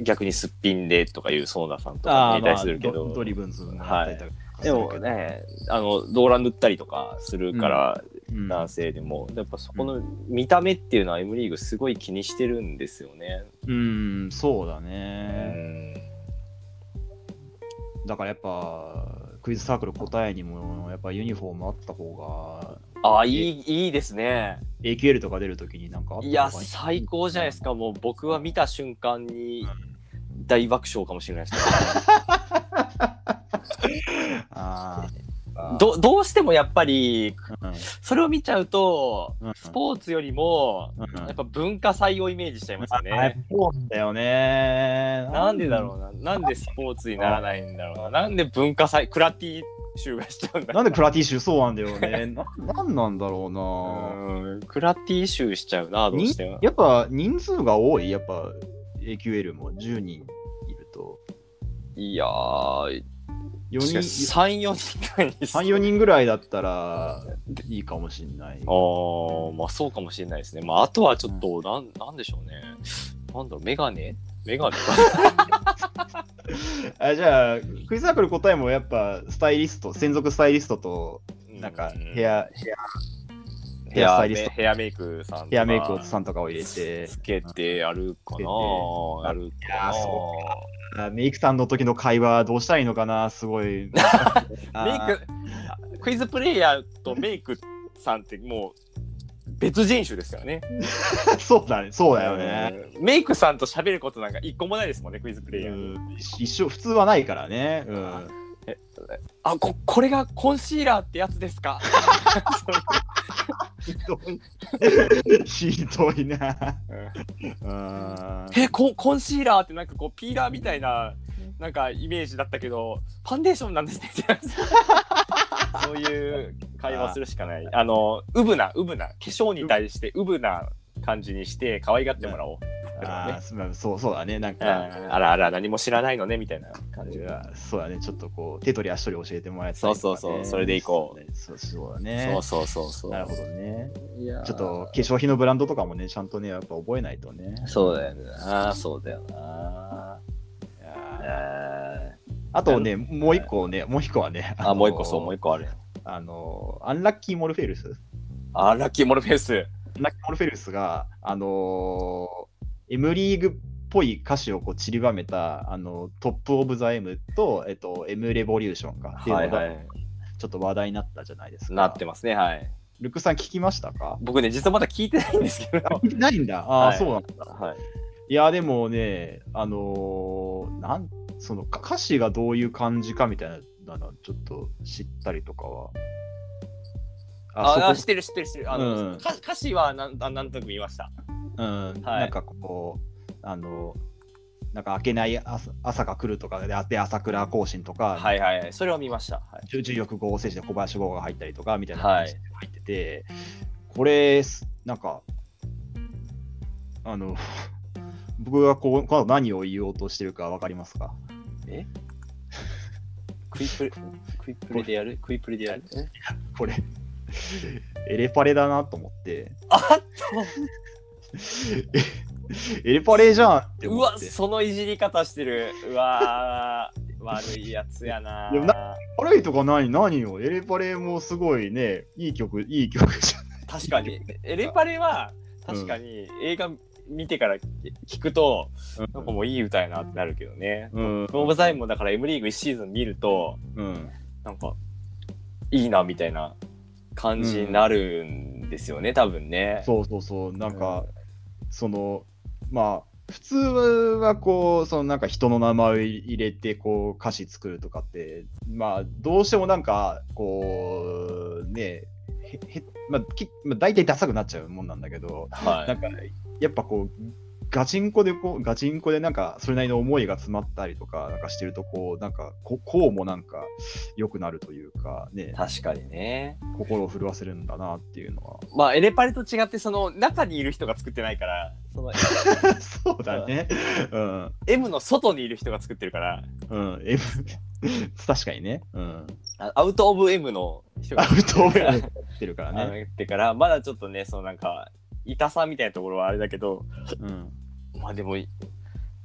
Speaker 2: 逆にすっぴんでとかいう園田さんと
Speaker 1: あ
Speaker 2: か
Speaker 1: あ、
Speaker 2: い
Speaker 1: ま
Speaker 2: たり
Speaker 1: あ、
Speaker 2: するけど、
Speaker 1: ドドリブンズもやったりとかするけ
Speaker 2: で
Speaker 1: ど
Speaker 2: も、ね、あの動乱塗ったりとかするから、
Speaker 1: うん
Speaker 2: 男性でも、やっぱそこの見た目っていうのは M リーグすごい気にしてるんですよね。
Speaker 1: うん、そうだ
Speaker 2: う
Speaker 1: ね。
Speaker 2: ん
Speaker 1: だからやっぱ、クイズサークル答えにも、やっぱユニフォームあった方が、
Speaker 2: あいいいいですね。
Speaker 1: AQL とか出るときになんかあった
Speaker 2: いや、
Speaker 1: 方がいい
Speaker 2: 最高じゃないですか。もう僕は見た瞬間に大爆笑かもしれないです、
Speaker 1: ああ。
Speaker 2: どどうしてもやっぱり、
Speaker 1: うん、
Speaker 2: それを見ちゃうと
Speaker 1: うん、
Speaker 2: スポーツよりも、
Speaker 1: うん
Speaker 2: やっぱ文化祭をイメージしちゃいますよ
Speaker 1: あやっ
Speaker 2: ね
Speaker 1: ぱ。そうだよね。
Speaker 2: なんでだろうな。なんでスポーツにならないんだろうな。なんで文化祭、クラティ集がしちゃうんだ
Speaker 1: なんでクラティッシュそうなんだよ ね。ななんなんだろうな。
Speaker 2: うんクラティ集しちゃうな、どう
Speaker 1: に
Speaker 2: しても。
Speaker 1: やっぱ人数が多い、やっぱ AQL も10人いると。
Speaker 2: いやー、
Speaker 1: 4
Speaker 2: 確かに
Speaker 1: 人
Speaker 2: 3、4人ぐらいにす
Speaker 1: 3、4人ぐらいだったらいいかもしんない。
Speaker 2: あーまあそうかもしれないですね。まああとはちょっと、なん、なんでしょうね。なんだろう、メガネメ ガネ
Speaker 1: あじゃあ、クイズサークル答えもやっぱスタイリスト、専属スタイリストと、なんか
Speaker 2: う
Speaker 1: ヘア、ヘア、ヘ
Speaker 2: ヘ
Speaker 1: アス
Speaker 2: ア
Speaker 1: タイ
Speaker 2: メ
Speaker 1: リスト、
Speaker 2: ヘアメイクさんとか
Speaker 1: ヘアメイクさんとかを入れて、
Speaker 2: つけてやるかなやるか
Speaker 1: いやーす
Speaker 2: な
Speaker 1: あメイクさんの時の会話どうしたらいいのかな、す ごい。
Speaker 2: メイクあクイズプレイヤーとメイクさんってもう別人種ですからね。
Speaker 1: クそうだね、そうだよね。
Speaker 2: うんメイクさんと喋ることなんか一個もないですもんね、クイズプレイヤー。
Speaker 1: うん一生普通はないからね。 うん
Speaker 2: あこ、これがコンシーラーってやつで すか
Speaker 1: ひどい。ひどいな。うん
Speaker 2: えこ、コンシーラーってなんかこうピーラーみたいななんかイメージだったけど、ファンデーションな んですねってやつそういう会話するしかない。あの、うぶな、うぶな、化粧に対してうぶな感じにして可愛がってもらおう。
Speaker 1: あーすまあそうそうだね。なん
Speaker 2: うん
Speaker 1: か、
Speaker 2: あらあら、何も知らないのねみたいな感じが。
Speaker 1: そうだね。ちょっとこう、手取り足取り教えてもらえたりとかね
Speaker 2: そうそうそうそれでいこ
Speaker 1: う。そうそうだね。
Speaker 2: そうそうそうそう。
Speaker 1: なるほどね。
Speaker 2: いやー
Speaker 1: ちょっと化粧品のブランドとかもね、ちゃんとね、やっぱ覚えないとね。
Speaker 2: そうだよな、そうだよ
Speaker 1: い
Speaker 2: な。
Speaker 1: やー
Speaker 2: え
Speaker 1: あとね、もう一個ね、もう一個はね、
Speaker 2: ーあ、もう一個そう、もう
Speaker 1: 一
Speaker 2: 一個ある。
Speaker 1: 個。あの、アンラッキーモルフェルス
Speaker 2: あ、ラッキーモルフェウス。
Speaker 1: ラッキーモルフェルスが、あのー M リーグっぽい歌詞をこう散りばめた、あのトップ・オブ・ザ・ M と、えっと、M レボリューションかっていう
Speaker 2: は
Speaker 1: の
Speaker 2: い
Speaker 1: が、
Speaker 2: はい。
Speaker 1: ちょっと話題になったじゃないですか。
Speaker 2: なってますね、はい。
Speaker 1: ルックさん聞きましたか
Speaker 2: 僕ね、実はまだ聞いてないんですけ ど。
Speaker 1: 聞いてないんだ。ああ、
Speaker 2: はい
Speaker 1: そうなんだ。
Speaker 2: はい。
Speaker 1: いや、でもね、あのーなんそのか歌詞がどういう感じかみたいなのはちょっと知ったりとかは。そこ
Speaker 2: あ、あ知ってる、知ってる、知ってる。あ
Speaker 1: うん
Speaker 2: の、か歌詞はなん、あなんとなく見ました。
Speaker 1: うんなんかこうあのなんか明けない朝朝が来るとかであって朝倉行進とか、
Speaker 2: はいはいはい、それを見ました。はい。
Speaker 1: 重力合成して小林剛が入ったりとかみたいな
Speaker 2: はい
Speaker 1: 話が入ってて、これすなんかあの僕がこうこの後何を言おうとしてるか分かりますか
Speaker 2: クイプレ、クイプレでやるクイプレでやる
Speaker 1: これエレパレだなと思って
Speaker 2: あっ
Speaker 1: エレパレじゃんって
Speaker 2: う
Speaker 1: 思
Speaker 2: わ、
Speaker 1: って
Speaker 2: そのいじり方してる。うわー、悪いやつやな
Speaker 1: でも悪いとか何何よエレパレもすごいねいい曲いい曲じゃん
Speaker 2: 確かにエレパレは確かに映画見てから聞くと、なんかもういい歌やなってなるけどね。
Speaker 1: うん
Speaker 2: ローブザインもだから M リーグ1シーズン見ると
Speaker 1: うん、
Speaker 2: なんかいいなみたいな感じになるんですよね、多分ね。
Speaker 1: そうそうそう、なんか、
Speaker 2: うん
Speaker 1: その、まあ、普通はこう、そのなんか人の名前を入れて、こう、歌詞作るとかって、まあ、どうしてもなんか、こう、ね、へへまあきまあ、大体ダサくなっちゃうもんなんだけど、
Speaker 2: は
Speaker 1: なん
Speaker 2: い。
Speaker 1: か、やっぱこう、ガチンコでこう、ガチンコでなんか、それなりの思いが詰まったりとか、なんかしてると、こう、なんか、ここうもなんか、良くなるというか、ね、
Speaker 2: 確かにね。
Speaker 1: 心を震わせるんだなっていうの は。
Speaker 2: まあ、エレパレと違って、その中にいる人が作ってないから、その
Speaker 1: そうだね。うん。
Speaker 2: M の外にいる人が作ってるから、
Speaker 1: うん。M 確かにね。うん。
Speaker 2: あアウト・オブ・ M の人が
Speaker 1: アウトオブや
Speaker 2: 作
Speaker 1: ってるからね。
Speaker 2: ってから、まだちょっとね、そのなんか、痛さみたいなところはあれだけど、
Speaker 1: うん。
Speaker 2: まあでも、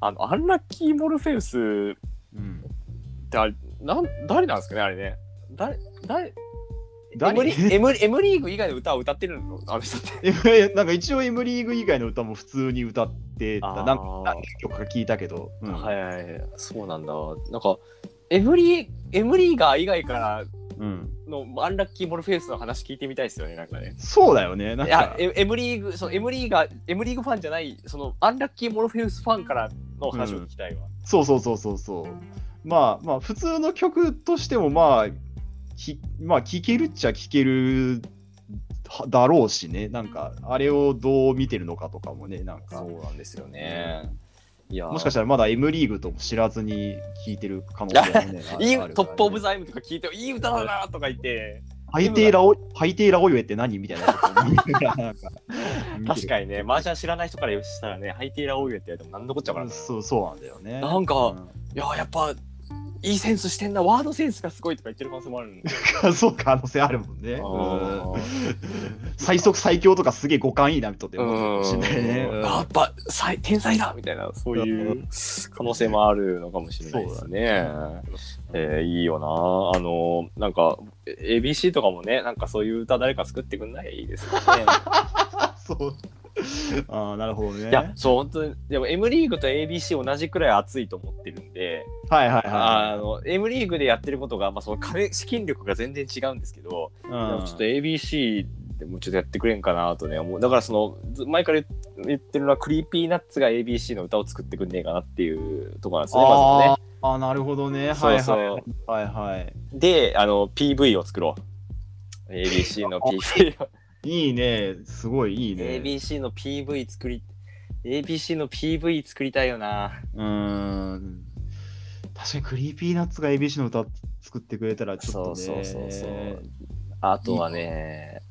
Speaker 2: あの、アンラッキー・モルフェウス
Speaker 1: うん。
Speaker 2: ってあれなん誰なんですかねあれね誰誰
Speaker 1: 誰
Speaker 2: M リ M, M リーグ以外の歌を歌ってるのあの人って
Speaker 1: M- なんか一応 M リーグ以外の歌も普通に歌ってた。
Speaker 2: あー
Speaker 1: なんか何曲か聞いたけど。うん
Speaker 2: はいはいはいそうなんだなんか M リー M リーガー以外から
Speaker 1: うん、
Speaker 2: のアンラッキーモルフェウスの話聞いてみたいですよねなんかね
Speaker 1: そうだよね。なん
Speaker 2: いや
Speaker 1: か
Speaker 2: M M リーグその M リーガー M リーグファンじゃないそのアンラッキーモルフェウスファンからの話を聞きたいわ、
Speaker 1: そうそうそうそうそう。まあまあ普通の曲としてもまあきまあ聴けるっちゃ聴けるはだろうしね。なんかあれをどう見てるのかとかもね。なんか
Speaker 2: そうなんですよね、いや。
Speaker 1: もしかしたたらまだ M リーグとも知らずに聴いてる可能性もね
Speaker 2: いい
Speaker 1: ある
Speaker 2: トップ・オブ・
Speaker 1: からね
Speaker 2: ザ・イムとか聞いていい歌だなとか言って
Speaker 1: ハイテイラオハイテイラオイエって何みたいなことを 見ながら。なんか
Speaker 2: 確かにね、マージャン知らない人からしたらね、ハイテイラーオーユーってやっても何のこっちゃから、
Speaker 1: うん
Speaker 2: い
Speaker 1: そうそうなんだよね。
Speaker 2: なんか
Speaker 1: う
Speaker 2: やー、やっぱ、いいセンスしてんな、ワードセンスがすごいとか言ってる可能性もあるんで。
Speaker 1: ん、 そう可能性あるもんね。うん
Speaker 2: う
Speaker 1: 最速最強とかすげえ五感いいなとって思うかもしれないね。
Speaker 2: ん
Speaker 1: うん
Speaker 2: やっぱさい天才だみたいなそういうう可能性もあるのかもしれないですね。えーいいよなあのなんか ABC とかもねなんかそういう歌誰か作ってくんないですかね。
Speaker 1: そう。 ああ、なるほど ね。
Speaker 2: いやそう本当にでも M リーグと ABC 同じくらい熱いと思ってるんで。
Speaker 1: はいはい
Speaker 2: あ
Speaker 1: は
Speaker 2: の M リーグでやってることが、まあ、その金資金力が全然違うんですけど、
Speaker 1: い。
Speaker 2: で
Speaker 1: う
Speaker 2: も
Speaker 1: ん
Speaker 2: ちょっと ABC でもうちょっとやってくれんかなとね思うだからそのず前から言言ってるのはクリーピーナッツが ABC の歌を作ってくんねえかなっていうところなんですね
Speaker 1: あ
Speaker 2: ま
Speaker 1: ーあー、なるほどね。
Speaker 2: ずは
Speaker 1: は
Speaker 2: ね。
Speaker 1: い
Speaker 2: そうそう
Speaker 1: はいはいはい。
Speaker 2: であの PV を作ろう ABC の PV を
Speaker 1: いいね。すごいいいね。
Speaker 2: ABC の PV 作り ABC の PV 作りたいよな
Speaker 1: うーん。確かにクリーピーナッツが ABC の歌作ってくれたらちょっと
Speaker 2: そ
Speaker 1: ね。
Speaker 2: うそうそうそう。あとはね、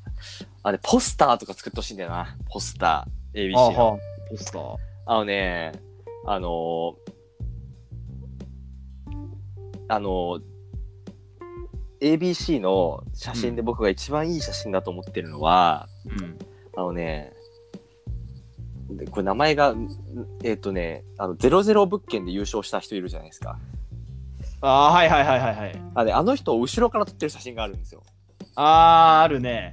Speaker 2: あれ、ポスターとか作ってほしいんだよな。ポスター、ABC
Speaker 1: あー
Speaker 2: の。
Speaker 1: はポスター。
Speaker 2: あのね、あのーあのー ABC の写真で僕が一番いい写真だと思ってるのは、
Speaker 1: うん。
Speaker 2: あのね、でこれ名前が、えっ、とね、あの、00物件で優勝した人いるじゃないですか。
Speaker 1: ああー、はいはいはいはいはい。
Speaker 2: あねあの人を後ろから撮ってる写真があるんですよ。
Speaker 1: ああ、あるね。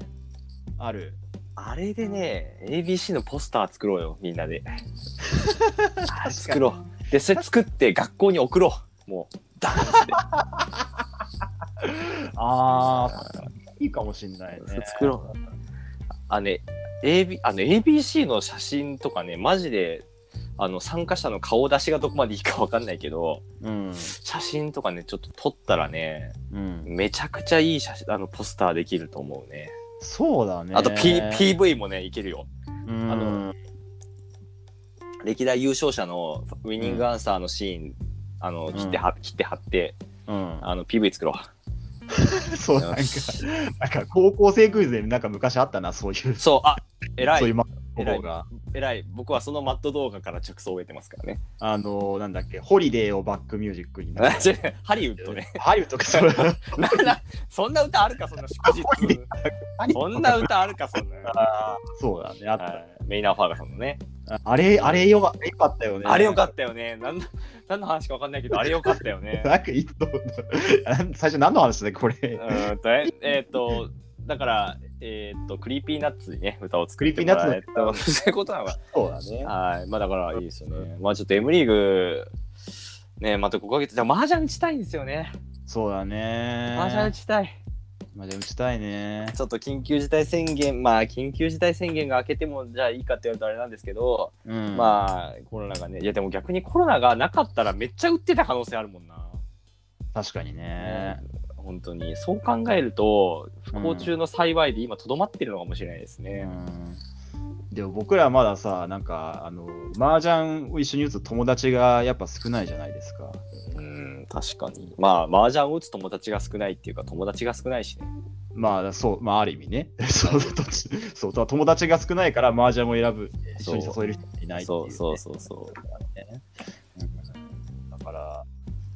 Speaker 1: ある。
Speaker 2: あれでね、ABC のポスター作ろうよ、みんなで。作ろう。で、それ作って学校に送ろう。もう、ダンって。
Speaker 1: ああ、いいかもしんない
Speaker 2: そ
Speaker 1: ね
Speaker 2: れ。作ろう。あね、AB、あの ABC の写真とかね、マジで、あの、参加者の顔出しがどこまでいいかわかんないけど、
Speaker 1: うん。
Speaker 2: 写真とかね、ちょっと撮ったらね、
Speaker 1: うん。
Speaker 2: めちゃくちゃいい写真、あの、ポスターできると思うね。
Speaker 1: そうだね。
Speaker 2: あと、P、PV もね、いけるよ。
Speaker 1: うん
Speaker 2: あの歴代優勝者のウィニングアンサーのシーン、あの
Speaker 1: ん
Speaker 2: 切っては、切って貼って
Speaker 1: うん、
Speaker 2: あの PV 作ろう
Speaker 1: そう なんか、なんか高校生クイズでなんか昔あったな、そういう、そ
Speaker 2: そうあ偉
Speaker 1: うい
Speaker 2: いう
Speaker 1: マットが、
Speaker 2: 偉い僕はそのマット動画から着想を得てますから ね
Speaker 1: あのなんだっけ、ホリデーをバックミュージックになって、
Speaker 2: 違うハリウッドね
Speaker 1: ハリウッドか、それ、
Speaker 2: なんだそんな歌あるかそんな祝日 そんな 歌あるかそんな、
Speaker 1: あーそうだね、あったね
Speaker 2: はいメイナー・ファーガソンのね
Speaker 1: ああれ、あれよかあれよかったよね。
Speaker 2: あれよかったよねなん何の話かわかんないけどあれよかったよね
Speaker 1: なんかいいと思ったなん最初何の話だっけこ
Speaker 2: う
Speaker 1: れ。
Speaker 2: ーんとええーっとだからえーっとクリーピーナッツにね歌を作って
Speaker 1: クリーピーナ
Speaker 2: も
Speaker 1: ッツ
Speaker 2: らえたらそういうことなの か
Speaker 1: そうだね。
Speaker 2: はい、まあだからいいですよね。まあちょっと M リーグ、ね、また5ヶ月、じゃあ麻雀打ちたいんですよね。
Speaker 1: そうだね。
Speaker 2: 麻雀打ちたい。
Speaker 1: まあじゃあ打ちたいね。
Speaker 2: ちょっと緊急事態宣言、まあ緊急事態宣言が明けてもじゃあいいかって言われたらあれなんですけど、
Speaker 1: うん、あ、
Speaker 2: まあコロナがね、いやでも逆にコロナがなかったらめっちゃ打ってた可能性あるもんな。
Speaker 1: 確かにね。
Speaker 2: 本当にそう考えると不幸中の幸いで今とどまってるのかもしれないです
Speaker 1: う
Speaker 2: ね。
Speaker 1: ん、でも僕らまださ、なんか、あの、麻雀を一緒に打つ友達がやっぱ少ないじゃないですか。
Speaker 2: うん、確かに。まあ、麻雀を打つ友達が少ないっていうか、友達が少ないしね。
Speaker 1: まあ、そう、まあ、ある意味ね。 そう、どっちそう、ただ友達が少ないから麻雀を選ぶ、一緒に誘える人がいないっていう、
Speaker 2: そ
Speaker 1: ね。
Speaker 2: うそうそうそ
Speaker 1: うんだから、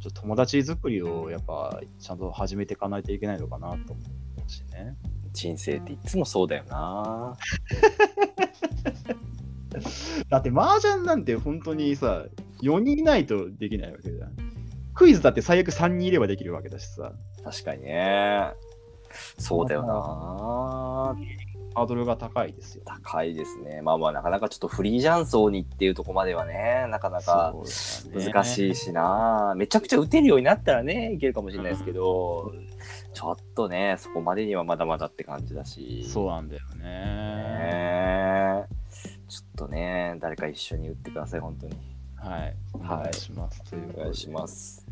Speaker 1: ちょっと友達作りをやっぱちゃんと始めていかないといけないのかなと思うしね。
Speaker 2: う。人生っていつもそうだよな。
Speaker 1: だって麻雀なんて本当にさ、4人いないとできないわけじゃん。クイズだって最悪3人いればできるわけだしさ、
Speaker 2: 確かにね。そうだよな。
Speaker 1: ハードルが高いですよ。
Speaker 2: 高いですね。まあまあ、なかなかちょっとフリージャンソーにっていうとこまではね、なかなか
Speaker 1: そうだね
Speaker 2: 難しいしな。めちゃくちゃ打てるようになったらね、いけるかもしれないですけど、ちょっとね、そこまでにはまだまだって感じだし。
Speaker 1: そうなんだよね。
Speaker 2: ねちょっとね、誰か一緒に打ってください、本当に。
Speaker 1: はい。お願いします。ということ
Speaker 2: お
Speaker 1: で
Speaker 2: 願いしま。す。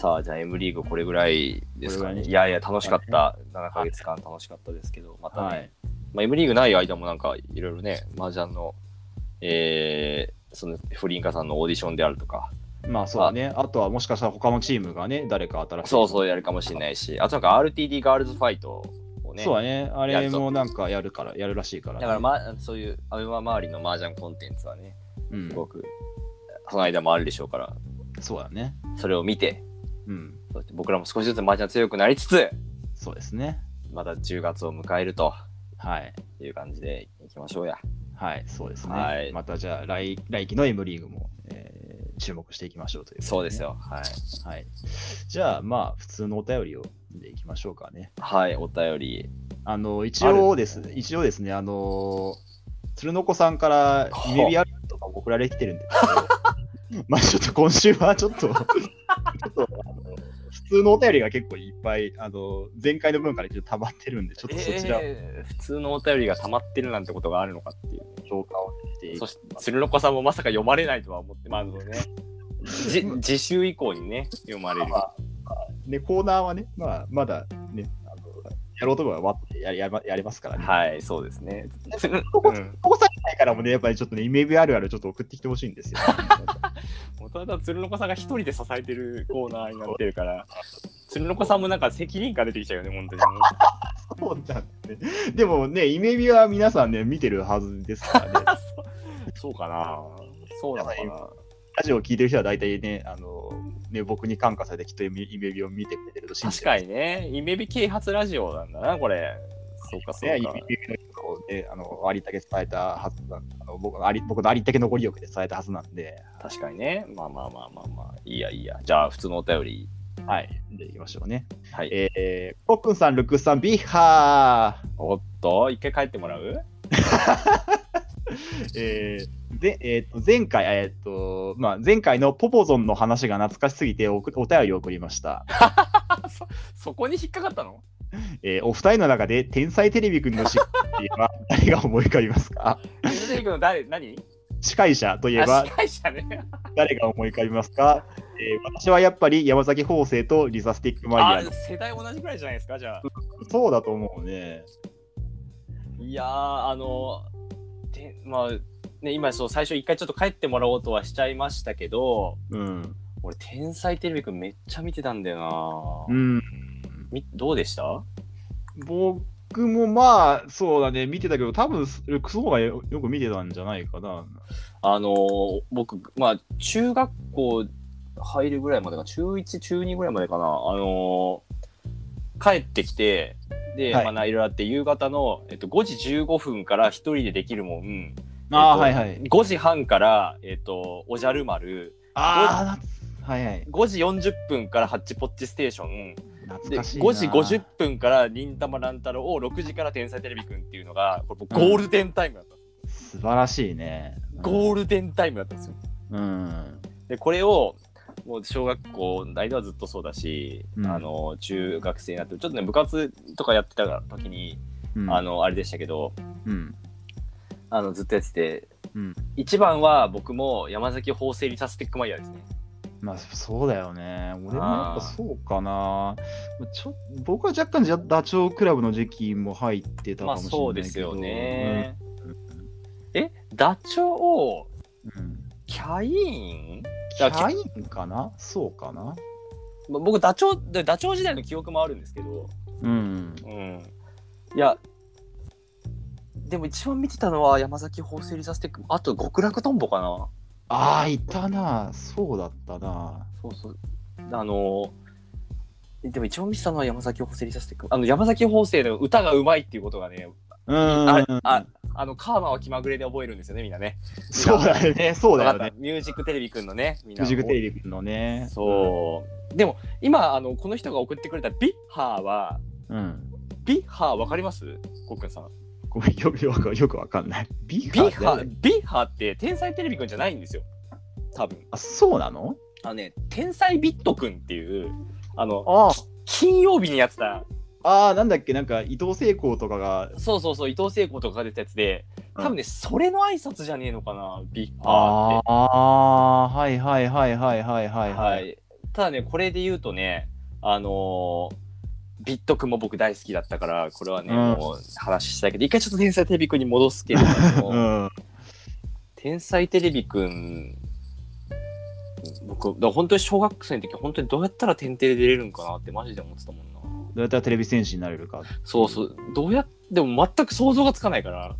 Speaker 2: さあ、じゃあ M リーグこれぐらいですか
Speaker 1: これぐらいに
Speaker 2: ね。
Speaker 1: し
Speaker 2: い
Speaker 1: て
Speaker 2: やいや、楽しかった。7ヶ月間楽しかったですけど、またね、
Speaker 1: はい。
Speaker 2: まあ、M リーグない間もなんかいろいろね、麻雀の、えー、そのフリンカさんのオーディションであるとか、
Speaker 1: まあそうだね。あとはもしかしたら他のチームがね、誰か新しい。
Speaker 2: そうそうやるかもしれないし、あとなんか RTD ガールズファイトをね、
Speaker 1: そうだね。あ
Speaker 2: や
Speaker 1: れ
Speaker 2: るぞ
Speaker 1: もなんかやるから、やるらしいから、
Speaker 2: だから、、ま、そういうアベマ周りの麻雀コンテンツはね、
Speaker 1: うん
Speaker 2: す、ごく、その間もあるでしょうから、
Speaker 1: そうだね。
Speaker 2: それを見て、
Speaker 1: うん。
Speaker 2: そして僕らも少しずつ麻雀強くなりつつ、
Speaker 1: そうですね。
Speaker 2: また10月を迎えると
Speaker 1: はい。
Speaker 2: いう感じでいきましょうや。
Speaker 1: はい、そうですね。
Speaker 2: はい
Speaker 1: またじゃあ来、来期の M リーグも、えー注目していきましょうという、
Speaker 2: そうです。よ。はい。
Speaker 1: はい。じゃあ、まあ、普通のお便りを読んでいきましょうかね。
Speaker 2: はい、お便り。
Speaker 1: あの、一応ですね、一応ですね、あのー、鶴の子さんから
Speaker 2: ほう
Speaker 1: 耳あるとか送られてきてるんですけど、まあちょっと今週はちょっと、ちょっと、あの普通のお便りが結構いっぱい、あの、前回の分からちょっと溜まってるんで、ちょっとそちら、
Speaker 2: えー普通のお便りが溜まってるなんてことがあるのかっていう。
Speaker 1: 評価をしていき
Speaker 2: そして、鶴の子さんもまさか読まれないとは思って、まあ、あのね、じ次週以降にね、読まれる。
Speaker 1: まあまあね、コーナーはね、まあ、まだね、あのやろうと思えばわってやりやまやれますからね。
Speaker 2: はい、そうですね。つうん
Speaker 1: ここさえないからもね、やっぱりちょっとね、イメージあるあるちょっと送ってきてほしいんですよ。
Speaker 2: もともと鶴の子さんが一人で支えてるコーナーになってるから、鶴の子さんもなんか責任感出てきちゃうよね、本当にね。
Speaker 1: そうなんだね。でもね、イメージは皆さんね、見てるはずですからね。
Speaker 2: そうかな。そうなのかな。
Speaker 1: ラジオを聞いてる人は大体ね、あの、ね、僕に感化されてきっとイメイメージを見てくれてると信じて
Speaker 2: 確か
Speaker 1: ます
Speaker 2: にね、イメビ啓発ラジオなんだな、これ。そうか、そう
Speaker 1: ね、イメ
Speaker 2: か。
Speaker 1: ージの人をね、あの、ありったけ伝えたはずなんあの僕あり僕のありったけ残り欲で伝えたはずなんで、
Speaker 2: 確かにね。まあまあまあまあまあ。いいやいいや。じゃあ、普通のお便り。
Speaker 1: はい、でいきましょうね。
Speaker 2: はい。
Speaker 1: えー、コックンさん、ルックスさん、ビッハー
Speaker 2: おっと、一回帰ってもらう
Speaker 1: えーで、えー、と前回、えーとまあ、前回のポポゾンの話が懐かしすぎておくお便りを送りました、
Speaker 2: そそこに引っかかったの
Speaker 1: えーお二人の中で天才テレビくんの司会といえば誰が思い浮かびますか
Speaker 2: 水出ていくの誰何
Speaker 1: 司会者といえ
Speaker 2: あ
Speaker 1: ば
Speaker 2: 司会者ね。
Speaker 1: 誰が思い浮かびますか、えー私はやっぱり山崎邦生とリサ・スティックマイ
Speaker 2: あ
Speaker 1: ヤーの
Speaker 2: 世代同じくらいじゃないですか、じゃあ。
Speaker 1: そうだと思うね
Speaker 2: いやー、あの、てまあ、ね、今そう、最初一回ちょっと帰ってもらおうとはしちゃいましたけど、
Speaker 1: うん、
Speaker 2: 俺、天才テレビくんめっちゃ見てたんだよ
Speaker 1: う
Speaker 2: な。
Speaker 1: ん、
Speaker 2: みどうでした
Speaker 1: 僕もまあそうだね見てたけど多分ルックスの方がよよく見てたんじゃないかな
Speaker 2: あのー僕、まあ、中学校入るぐらいまでか、中1、中2ぐらいまでかな、あのー帰ってきて、で、
Speaker 1: はい
Speaker 2: まあ、いろいろあって、夕方の、えっと、5時15分から一人でできるもん、
Speaker 1: ああ、
Speaker 2: えっと
Speaker 1: はいはい
Speaker 2: 5時半から、えっと、おじゃる丸、
Speaker 1: ああはいはい
Speaker 2: 5時40分からハッチポッチステーション、
Speaker 1: 懐
Speaker 2: で
Speaker 1: かしいな
Speaker 2: 5時50分から忍たま乱太郎を6時から天才テレビくんっていうのが、これもうゴールデンタイムだったんです
Speaker 1: 素
Speaker 2: よ。
Speaker 1: 晴らしいね
Speaker 2: ゴールデンタイムだったんですよ。
Speaker 1: うん
Speaker 2: でこれをもう小学校の間はずっとそうだし、
Speaker 1: うん
Speaker 2: あの中学生になってちょっとね部活とかやってた時に、
Speaker 1: うん
Speaker 2: あのあれでしたけど
Speaker 1: うん
Speaker 2: あのずっとやってて
Speaker 1: うん
Speaker 2: 一番は僕も山崎法政リサスティックマイヤーですね
Speaker 1: まあそうだよね俺もやっ
Speaker 2: あー
Speaker 1: ぱそうかなまあちょ僕は若干じゃダチョウ倶楽部の時期も入ってたか
Speaker 2: まあ
Speaker 1: もしれないけど
Speaker 2: そうですよね、
Speaker 1: うん
Speaker 2: えダチョウ
Speaker 1: うん、
Speaker 2: キャイン
Speaker 1: キ
Speaker 2: だから
Speaker 1: ャインかなそうかな
Speaker 2: ま僕ダチョウでダチョウ時代の記憶もあるんですけど
Speaker 1: うん。
Speaker 2: うんいやでも一番見てたのは山崎ホースエリザステックあと極楽とんぼかな
Speaker 1: ああ、いたな。そうだったな。
Speaker 2: そうそうあのでも一番見てたのは山崎ホースエリザステックあの山崎ホースエの歌がうまいっていうことがね
Speaker 1: うん。
Speaker 2: あああのカーマは気まぐれで覚えるんですよねみんなね
Speaker 1: そうだよね。そうだよ
Speaker 2: わかっ
Speaker 1: ね
Speaker 2: た。ミュージックテレビくんのねミ
Speaker 1: フジグテレビのね。
Speaker 2: そうでも今あのこの人が送ってくれたビッハーは
Speaker 1: う。うん。
Speaker 2: ビッハーわかりますコックンさん
Speaker 1: ごめん、よくよくよくわかんない。ビ
Speaker 2: ビッハ
Speaker 1: ー
Speaker 2: ービッハーって天才テレビくんじゃないんですよ多分
Speaker 1: あ、そうなの
Speaker 2: あのね天才ビットくんっていうあの
Speaker 1: あ
Speaker 2: 金曜日にやってた
Speaker 1: あー、なんだっけ、なんか伊藤聖光とかが。
Speaker 2: そうそうそう伊藤聖子とかが出たやつで多分ね、それの挨拶じゃねえのかなビッハー
Speaker 1: あ
Speaker 2: って
Speaker 1: あー、はいはいはいはいはいはい
Speaker 2: は
Speaker 1: はい。
Speaker 2: い、ただねこれで言うとねあのービットくんも僕大好きだったからこれはね、
Speaker 1: うん
Speaker 2: もう話したいけど一回ちょっと天才テレビくんに戻す けれども、
Speaker 1: うん。
Speaker 2: 天才テレビくん僕だから本当に小学生の時本当にどうやったら天帝で出れるんかなってマジで思ってたもんな
Speaker 1: どうやったらテレビ戦士になれるか。
Speaker 2: そうそうどうやでも全く想像がつかないから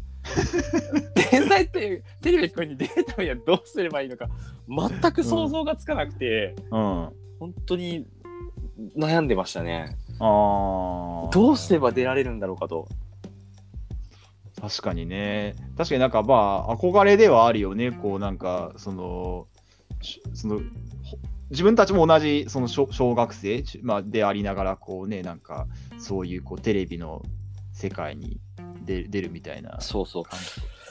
Speaker 2: 天才ってテレビくんに出るためにはどうすればいいのか全く想像がつかなくて、
Speaker 1: うん。あ
Speaker 2: 本当に悩んでましたね
Speaker 1: あ。
Speaker 2: どうすれば出られるんだろうかと
Speaker 1: 確かにね確かになんかまあ憧れではあるよねこうなんかそのしそのほ自分たちも同じその小小学生、ちまあ、でありながらこうねなんかそういうこうテレビの世界に出出るみたいな
Speaker 2: そうそう
Speaker 1: 感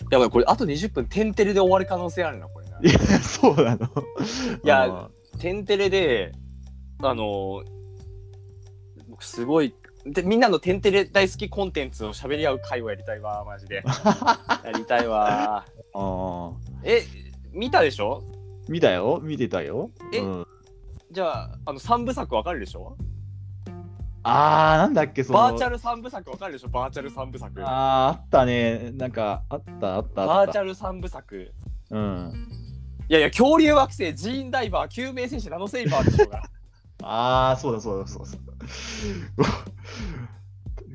Speaker 2: やばいこれあと20分天てれで終わる可能性あるなこれな
Speaker 1: じいやそうな の
Speaker 2: いや
Speaker 1: あ
Speaker 2: 天てれであの僕すごいでみんなの天てれ大好きコンテンツを喋り合う会をやりたいわマ ジでやりたいわ
Speaker 1: あー
Speaker 2: え見たでしょ
Speaker 1: 見たよ見てたよ
Speaker 2: え
Speaker 1: うん、
Speaker 2: じゃああの3部作わかるでしょ
Speaker 1: あーなんだっけその
Speaker 2: バーチャ
Speaker 1: ル
Speaker 2: ル3部作わかるでしょバーチャル3部作バ
Speaker 1: あーあったねなんかあったあったあった
Speaker 2: ーチャル3部作
Speaker 1: うん
Speaker 2: いやいや恐竜惑星ジーンダイバー救命戦士ナノセイバーでしょうが
Speaker 1: ああ、そうだそうだそうだそうだ。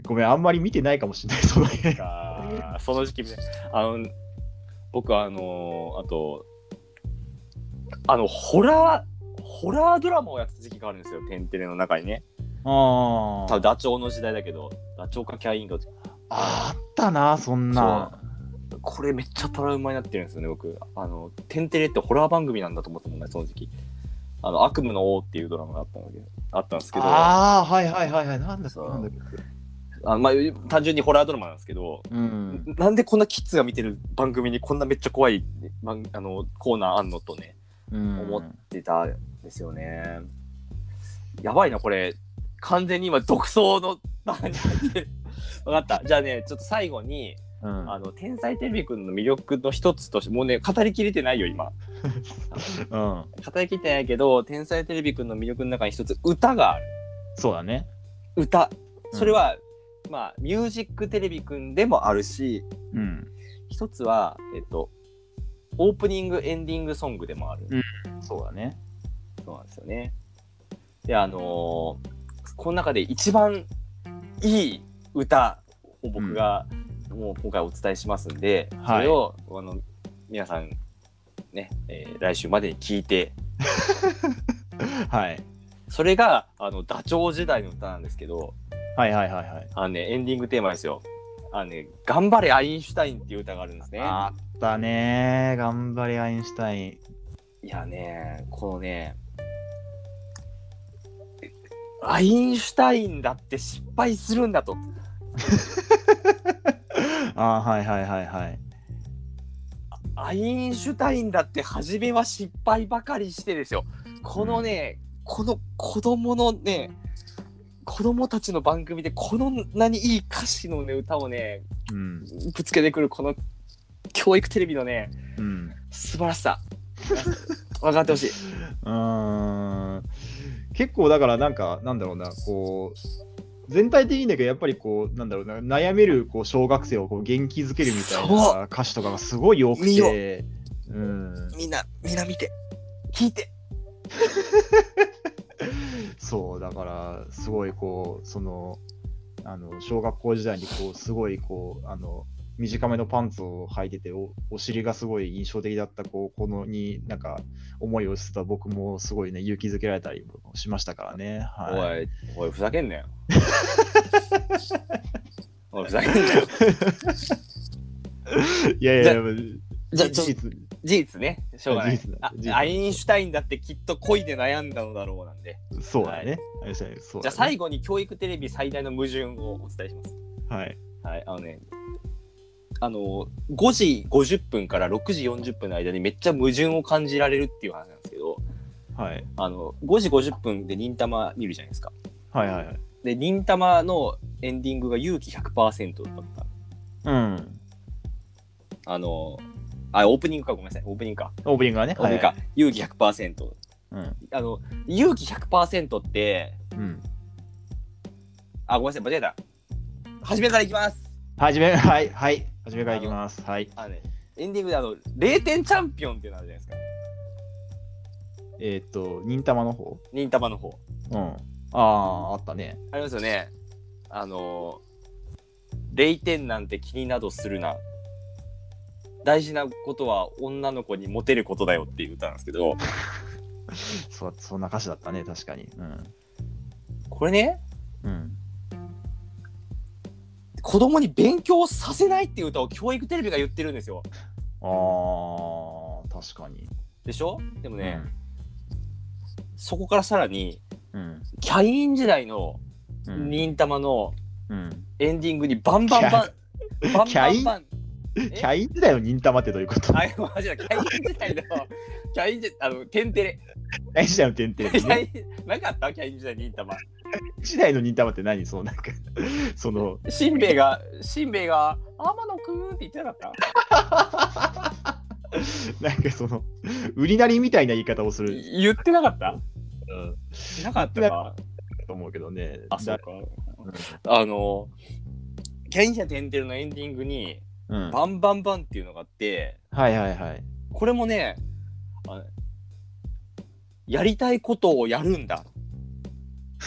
Speaker 1: ごめん、あんまり見てないかもしれない、その辺。
Speaker 2: かその時期みたいなあの僕はあのーあとあのホラーホラードラマをやってた時期があるんですよ「天てれ」の中にね
Speaker 1: あ
Speaker 2: 多分ダチョウの時代だけどダチョウかキャインか
Speaker 1: あったな、そんな。
Speaker 2: これめっちゃトラウマになってるんですよね僕あの「天てれ」ってホラー番組なんだと思ったもんねその時期あの悪夢の王っていうドラマがあったんだけどあったんですけど
Speaker 1: ああ、はいはいはいはい。なんだっけ
Speaker 2: そう
Speaker 1: なんだっけ
Speaker 2: あのまあ、単純にホラードラマなんですけど
Speaker 1: うん。
Speaker 2: なんでこんなキッズが見てる番組にこんなめっちゃ怖い番あのコーナーあんのとね
Speaker 1: うん
Speaker 2: 思ってたんですよね。やばいなこれ完全に今独走の中に入ってる。 分かったじゃあねちょっと最後に
Speaker 1: うん
Speaker 2: あの天才テレビくんの魅力の一つとしてもうね語りきれてないよ今
Speaker 1: うん。
Speaker 2: 語りきってないけど天才テレビくんの魅力の中に一つ歌がある
Speaker 1: そうだね。
Speaker 2: 歌それは、まあミュージックテレビくんでもあるし
Speaker 1: うん。
Speaker 2: 一つは、えっと、オープニングエンディングソングでもある、
Speaker 1: うんそうだね。
Speaker 2: そうなんですよねであのーこの中で一番いい歌を僕が、もう今回お伝えしますんで、
Speaker 1: はい
Speaker 2: それをあの皆さんね、えー来週までに聞いて
Speaker 1: はい。
Speaker 2: それがあのダチョウ時代の歌なんですけど
Speaker 1: はいはいはいはい。
Speaker 2: あの、ね、エンディングテーマですよあの、ね「頑張れアインシュタイン」っていう歌があるんですね。
Speaker 1: あったね。頑張れ、アインシュタイン。
Speaker 2: いやね、このね、アインシュタインだって失敗するんだと。
Speaker 1: ああ、はいはいはいはい。
Speaker 2: アインシュタインだって初めは失敗ばかりしてですよ。このね、この子供のね、子供たちの番組でこんなにいい歌詞のね、歌をね、
Speaker 1: うん。
Speaker 2: ぶつけてくるこの教育テレビのね、
Speaker 1: うん。
Speaker 2: 素晴らしさ。分かってほしい。
Speaker 1: うーん結構だからなんかなんだろうなこう全体的にだけど、やっぱりこう、なんだろうな、悩めるこう小学生をこう元気づけるみたい
Speaker 2: そ
Speaker 1: な歌詞とかがすごい多く
Speaker 2: 見よ
Speaker 1: て、うん、
Speaker 2: みんな、みんな見て、聞いて。
Speaker 1: そう、だから、すごいこう、その、あの小学校時代にこう、すごいこう、あの、短めのパンツを履いててお、お尻がすごい印象的だった子このに、なんか、思いをしてた僕もすごいね、勇気づけられたりもしましたからね。はい、
Speaker 2: おい、おい、ふざけん なよ。おい、ふざけんなよ。
Speaker 1: いやいやいや、
Speaker 2: じゃあち
Speaker 1: 事
Speaker 2: ょ
Speaker 1: 実
Speaker 2: 事実ね、しょうがない
Speaker 1: 事実だ
Speaker 2: あ
Speaker 1: 事。実
Speaker 2: アインシュタインだってきっと恋で悩んだのだろうなんで。
Speaker 1: そうだね。あれじゃないそう
Speaker 2: じ
Speaker 1: だね
Speaker 2: ゃあ最後に教育テレビ最大の矛盾をお伝えします。
Speaker 1: はい。
Speaker 2: はい、あのね、あの、5時50分から6時40分の間にめっちゃ矛盾を感じられるっていう話なんですけど、
Speaker 1: はい。
Speaker 2: あの、5時50分で忍たま見るじゃないですか。
Speaker 1: はいはいはい。
Speaker 2: で、忍たまのエンディングが勇気100%だった。
Speaker 1: うん。
Speaker 2: あの、あ、オープニングか、ごめんなさい、オープニングか。
Speaker 1: オープニングがね。
Speaker 2: オープニングか、
Speaker 1: はい
Speaker 2: 勇気100%。
Speaker 1: うん。
Speaker 2: あの、勇気100%って、
Speaker 1: うん。
Speaker 2: あ、ごめんなさい、間違えた。初めからいきます。
Speaker 1: はじめ、はい、はい。はじめからいきます。はい。
Speaker 2: あのね、エンディングであの、0点チャンピオンっていうのあるじゃないですか。
Speaker 1: えーっと、忍たまの方
Speaker 2: 忍たまの方。
Speaker 1: うん。ああ、あったね。
Speaker 2: ありますよね。あのー、0点なんて気になどするな。大事なことは女の子にモテることだよっていう歌なんですけど、
Speaker 1: そ、そんな歌詞だったね、確かに。うん。
Speaker 2: これね、
Speaker 1: うん。
Speaker 2: 子供に勉強させないっていう歌を教育テレビが言ってるんですよ。
Speaker 1: ああ、確かに。
Speaker 2: でしょでもね、そこからさらに、
Speaker 1: うん。
Speaker 2: キャイン時代の
Speaker 1: うん。うん。
Speaker 2: 忍たまの
Speaker 1: うん
Speaker 2: エンディングにバンバンバン、バン
Speaker 1: キ
Speaker 2: バ
Speaker 1: ャイ
Speaker 2: ン
Speaker 1: ン
Speaker 2: バン、
Speaker 1: キャイン時代の忍たまってどういうこと
Speaker 2: あ、マジだ、キャイン時代の、キャイン時代、あの、テンテレ、
Speaker 1: キャイン時代の点々
Speaker 2: キ
Speaker 1: ね。
Speaker 2: ャイン、なかったキャイン時代に忍たま。
Speaker 1: 時代の忍たまって何そのなんか、 その、
Speaker 2: しんべヱが、しんべヱが、天野くんって言ってなかった
Speaker 1: なんかその、売りなりみたいな言い方をする。
Speaker 2: 言ってなかった
Speaker 1: うん。
Speaker 2: なかったか。
Speaker 1: と思うけどね。
Speaker 2: あ、そうか。
Speaker 1: だ
Speaker 2: あの、キャイン者テンテルのエンディングに、
Speaker 1: うん。
Speaker 2: バンバンバンっていうのがあって、
Speaker 1: はいはいはい。
Speaker 2: これもね、あのやりたいことをやるんだ。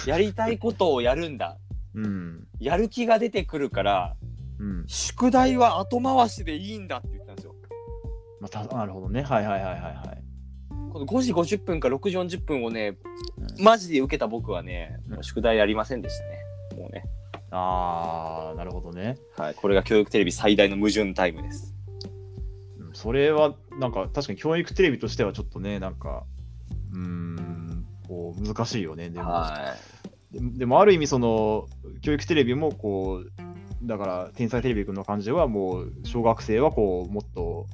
Speaker 2: やりたいことをやるんだ。
Speaker 1: うん。
Speaker 2: やる気が出てくるから、
Speaker 1: うん。
Speaker 2: 宿題は後回しでいいんだって言ってたんですよ。
Speaker 1: まあ、たなるほどね。はいはいはいはいはい。
Speaker 2: この5時50分か6時40分をね、
Speaker 1: う
Speaker 2: マジで受けた僕はね、
Speaker 1: うん
Speaker 2: 宿題やりませんでしたね。もうね。
Speaker 1: あー、なるほどね。
Speaker 2: はい、これが教育テレビ最大の矛盾タイムです。
Speaker 1: うんそれは、なんか、確かに教育テレビとしてはちょっとね、なんか、うーん、こう、難しいよね。でも、ででもある意味、その、教育テレビも、こう、だから、天才テレビくんの感じは、もう、小学生は、こう、もっと、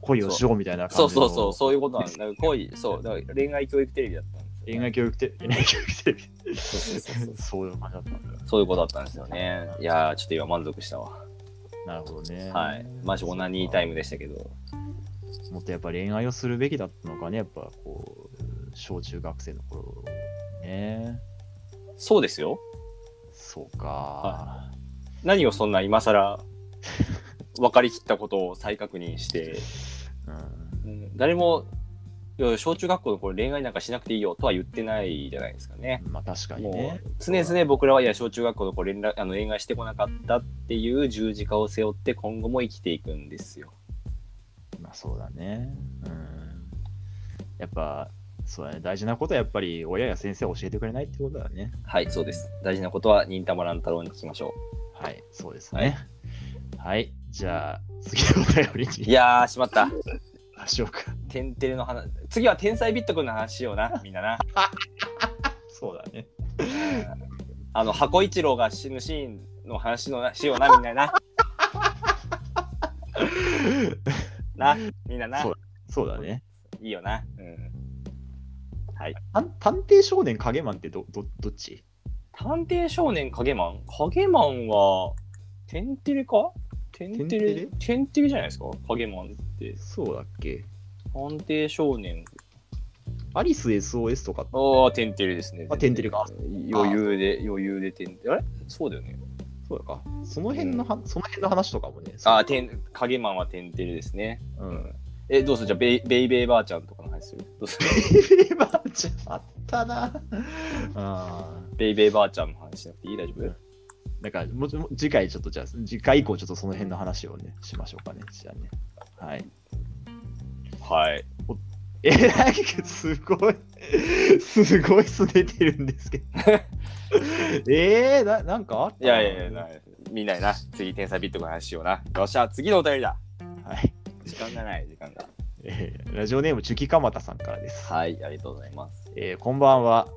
Speaker 1: 恋をしようみたいな
Speaker 2: そ
Speaker 1: 感
Speaker 2: う
Speaker 1: じ
Speaker 2: そ
Speaker 1: の
Speaker 2: うそう、そういうことなんだ。だから恋、そう、だから恋愛教育テレビだったんですよね、
Speaker 1: 恋愛教育テレビ、恋愛教育テレビ、
Speaker 2: そうそうそうそう
Speaker 1: そういう感じだったんだよ。
Speaker 2: そういうことだったんですよね。いやー、ちょっと今満足したわ。
Speaker 1: なるほどね。
Speaker 2: はい。マジオナニータイムでしたけど。
Speaker 1: もっとやっぱ恋愛をするべきだったのかね、やっぱこう、小中学生の頃ね。
Speaker 2: そうですよ。
Speaker 1: そうか。
Speaker 2: 何をそんな今更分かりきったことを再確認して、
Speaker 1: うん、
Speaker 2: うん誰も、いや小中学校の頃恋愛なんかしなくていいよとは言ってないじゃないですかね。
Speaker 1: まあ確かに
Speaker 2: も
Speaker 1: ね
Speaker 2: う。常々僕らはいや小中学校の子連絡あの恋愛してこなかったっていう十字架を背負って今後も生きていくんですよ。
Speaker 1: まあそうだね。うん。やっぱ、そうだね。大事なことはやっぱり親や先生は教えてくれないってことだね。
Speaker 2: はい、そうです。大事なことは忍たま乱太郎に聞きましょ
Speaker 1: はい、そうですね。はい、じゃあ次のお便りに
Speaker 2: う。
Speaker 1: 行
Speaker 2: い
Speaker 1: き
Speaker 2: やー、しまった。
Speaker 1: ましょうか。
Speaker 2: てんてれの話。次は天才ビットくんの話しような、みんなな。
Speaker 1: そうだね。
Speaker 2: あの、箱一郎が死ぬシーンの話のなしような、みん なな。な、みんなな。
Speaker 1: そうだね。
Speaker 2: いいよな。うん。
Speaker 1: 探探偵少年影マンってどどどっち
Speaker 2: 探偵少年影マン影マンは、てんてれかてんてれ、てんてれじゃないですか影マンって。
Speaker 1: そうだっけ
Speaker 2: 探偵少年
Speaker 1: アリス SOS とかって
Speaker 2: ああ、テンテレですね。
Speaker 1: あテンテレか。
Speaker 2: 余裕で、余裕でテンテレ。あれそうだよね。
Speaker 1: そうだか。その辺のは、その辺の話とかもね。
Speaker 2: ああ、テン、影マンはテンテレですね。
Speaker 1: うん。
Speaker 2: え、どうするじゃあベイ、ベイベイばあちゃんとかの話する。どうする
Speaker 1: ベイベーバーちゃんあったな。あー
Speaker 2: ベイベイばあちゃんの話しなくていい大丈夫
Speaker 1: うんだからもうちょ、次回ちょっとじゃあ、次回以降ちょっとその辺の話をね、しましょうかね。じゃあね。はい。
Speaker 2: はい。
Speaker 1: えらいけどすごいすごいすねてるんですけど えー、ななんかあった
Speaker 2: いやいやいや、なみんなでな、次、天才ビットコインの話しような。よっしゃ、次のお便りだ。
Speaker 1: はい、
Speaker 2: 時間がない、時間が。
Speaker 1: えーラジオネームチュキカマタさんからです、
Speaker 2: はい、ありがとうございます。
Speaker 1: えーこんばんは、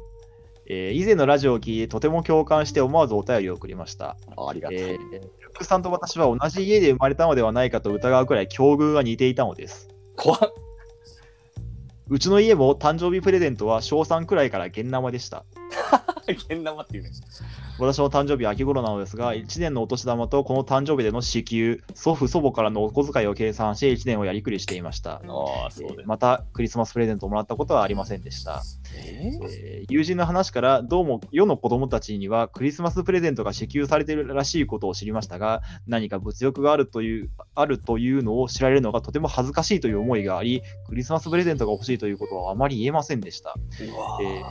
Speaker 1: えー以前のラジオを聞いてとても共感して思わずお便りを送りました
Speaker 2: あありがとう。
Speaker 1: えールックさんと私は同じ家で生まれたのではないかと疑うくらい境遇が似ていたのです
Speaker 2: 怖っ。
Speaker 1: うちの家も誕生日プレゼントは小3くらいから現生でした
Speaker 2: けん玉っていうね。
Speaker 1: 私の誕生日は秋頃なのですが、1年のお年玉とこの誕生日での支給、祖父、祖母からのお小遣いを計算して1年をやりくりしていました。
Speaker 2: ああ、
Speaker 1: え
Speaker 2: そうだ
Speaker 1: ー
Speaker 2: よ。
Speaker 1: またクリスマスプレゼントをもらったことはありませんでした、
Speaker 2: え
Speaker 1: えー友人の話からどうも世の子供たちにはクリスマスプレゼントが支給されているらしいことを知りましたが何か物欲があるというあるというのを知られるのがとても恥ずかしいという思いがありクリスマスプレゼントが欲しいということはあまり言えませんでした
Speaker 2: うわ
Speaker 1: え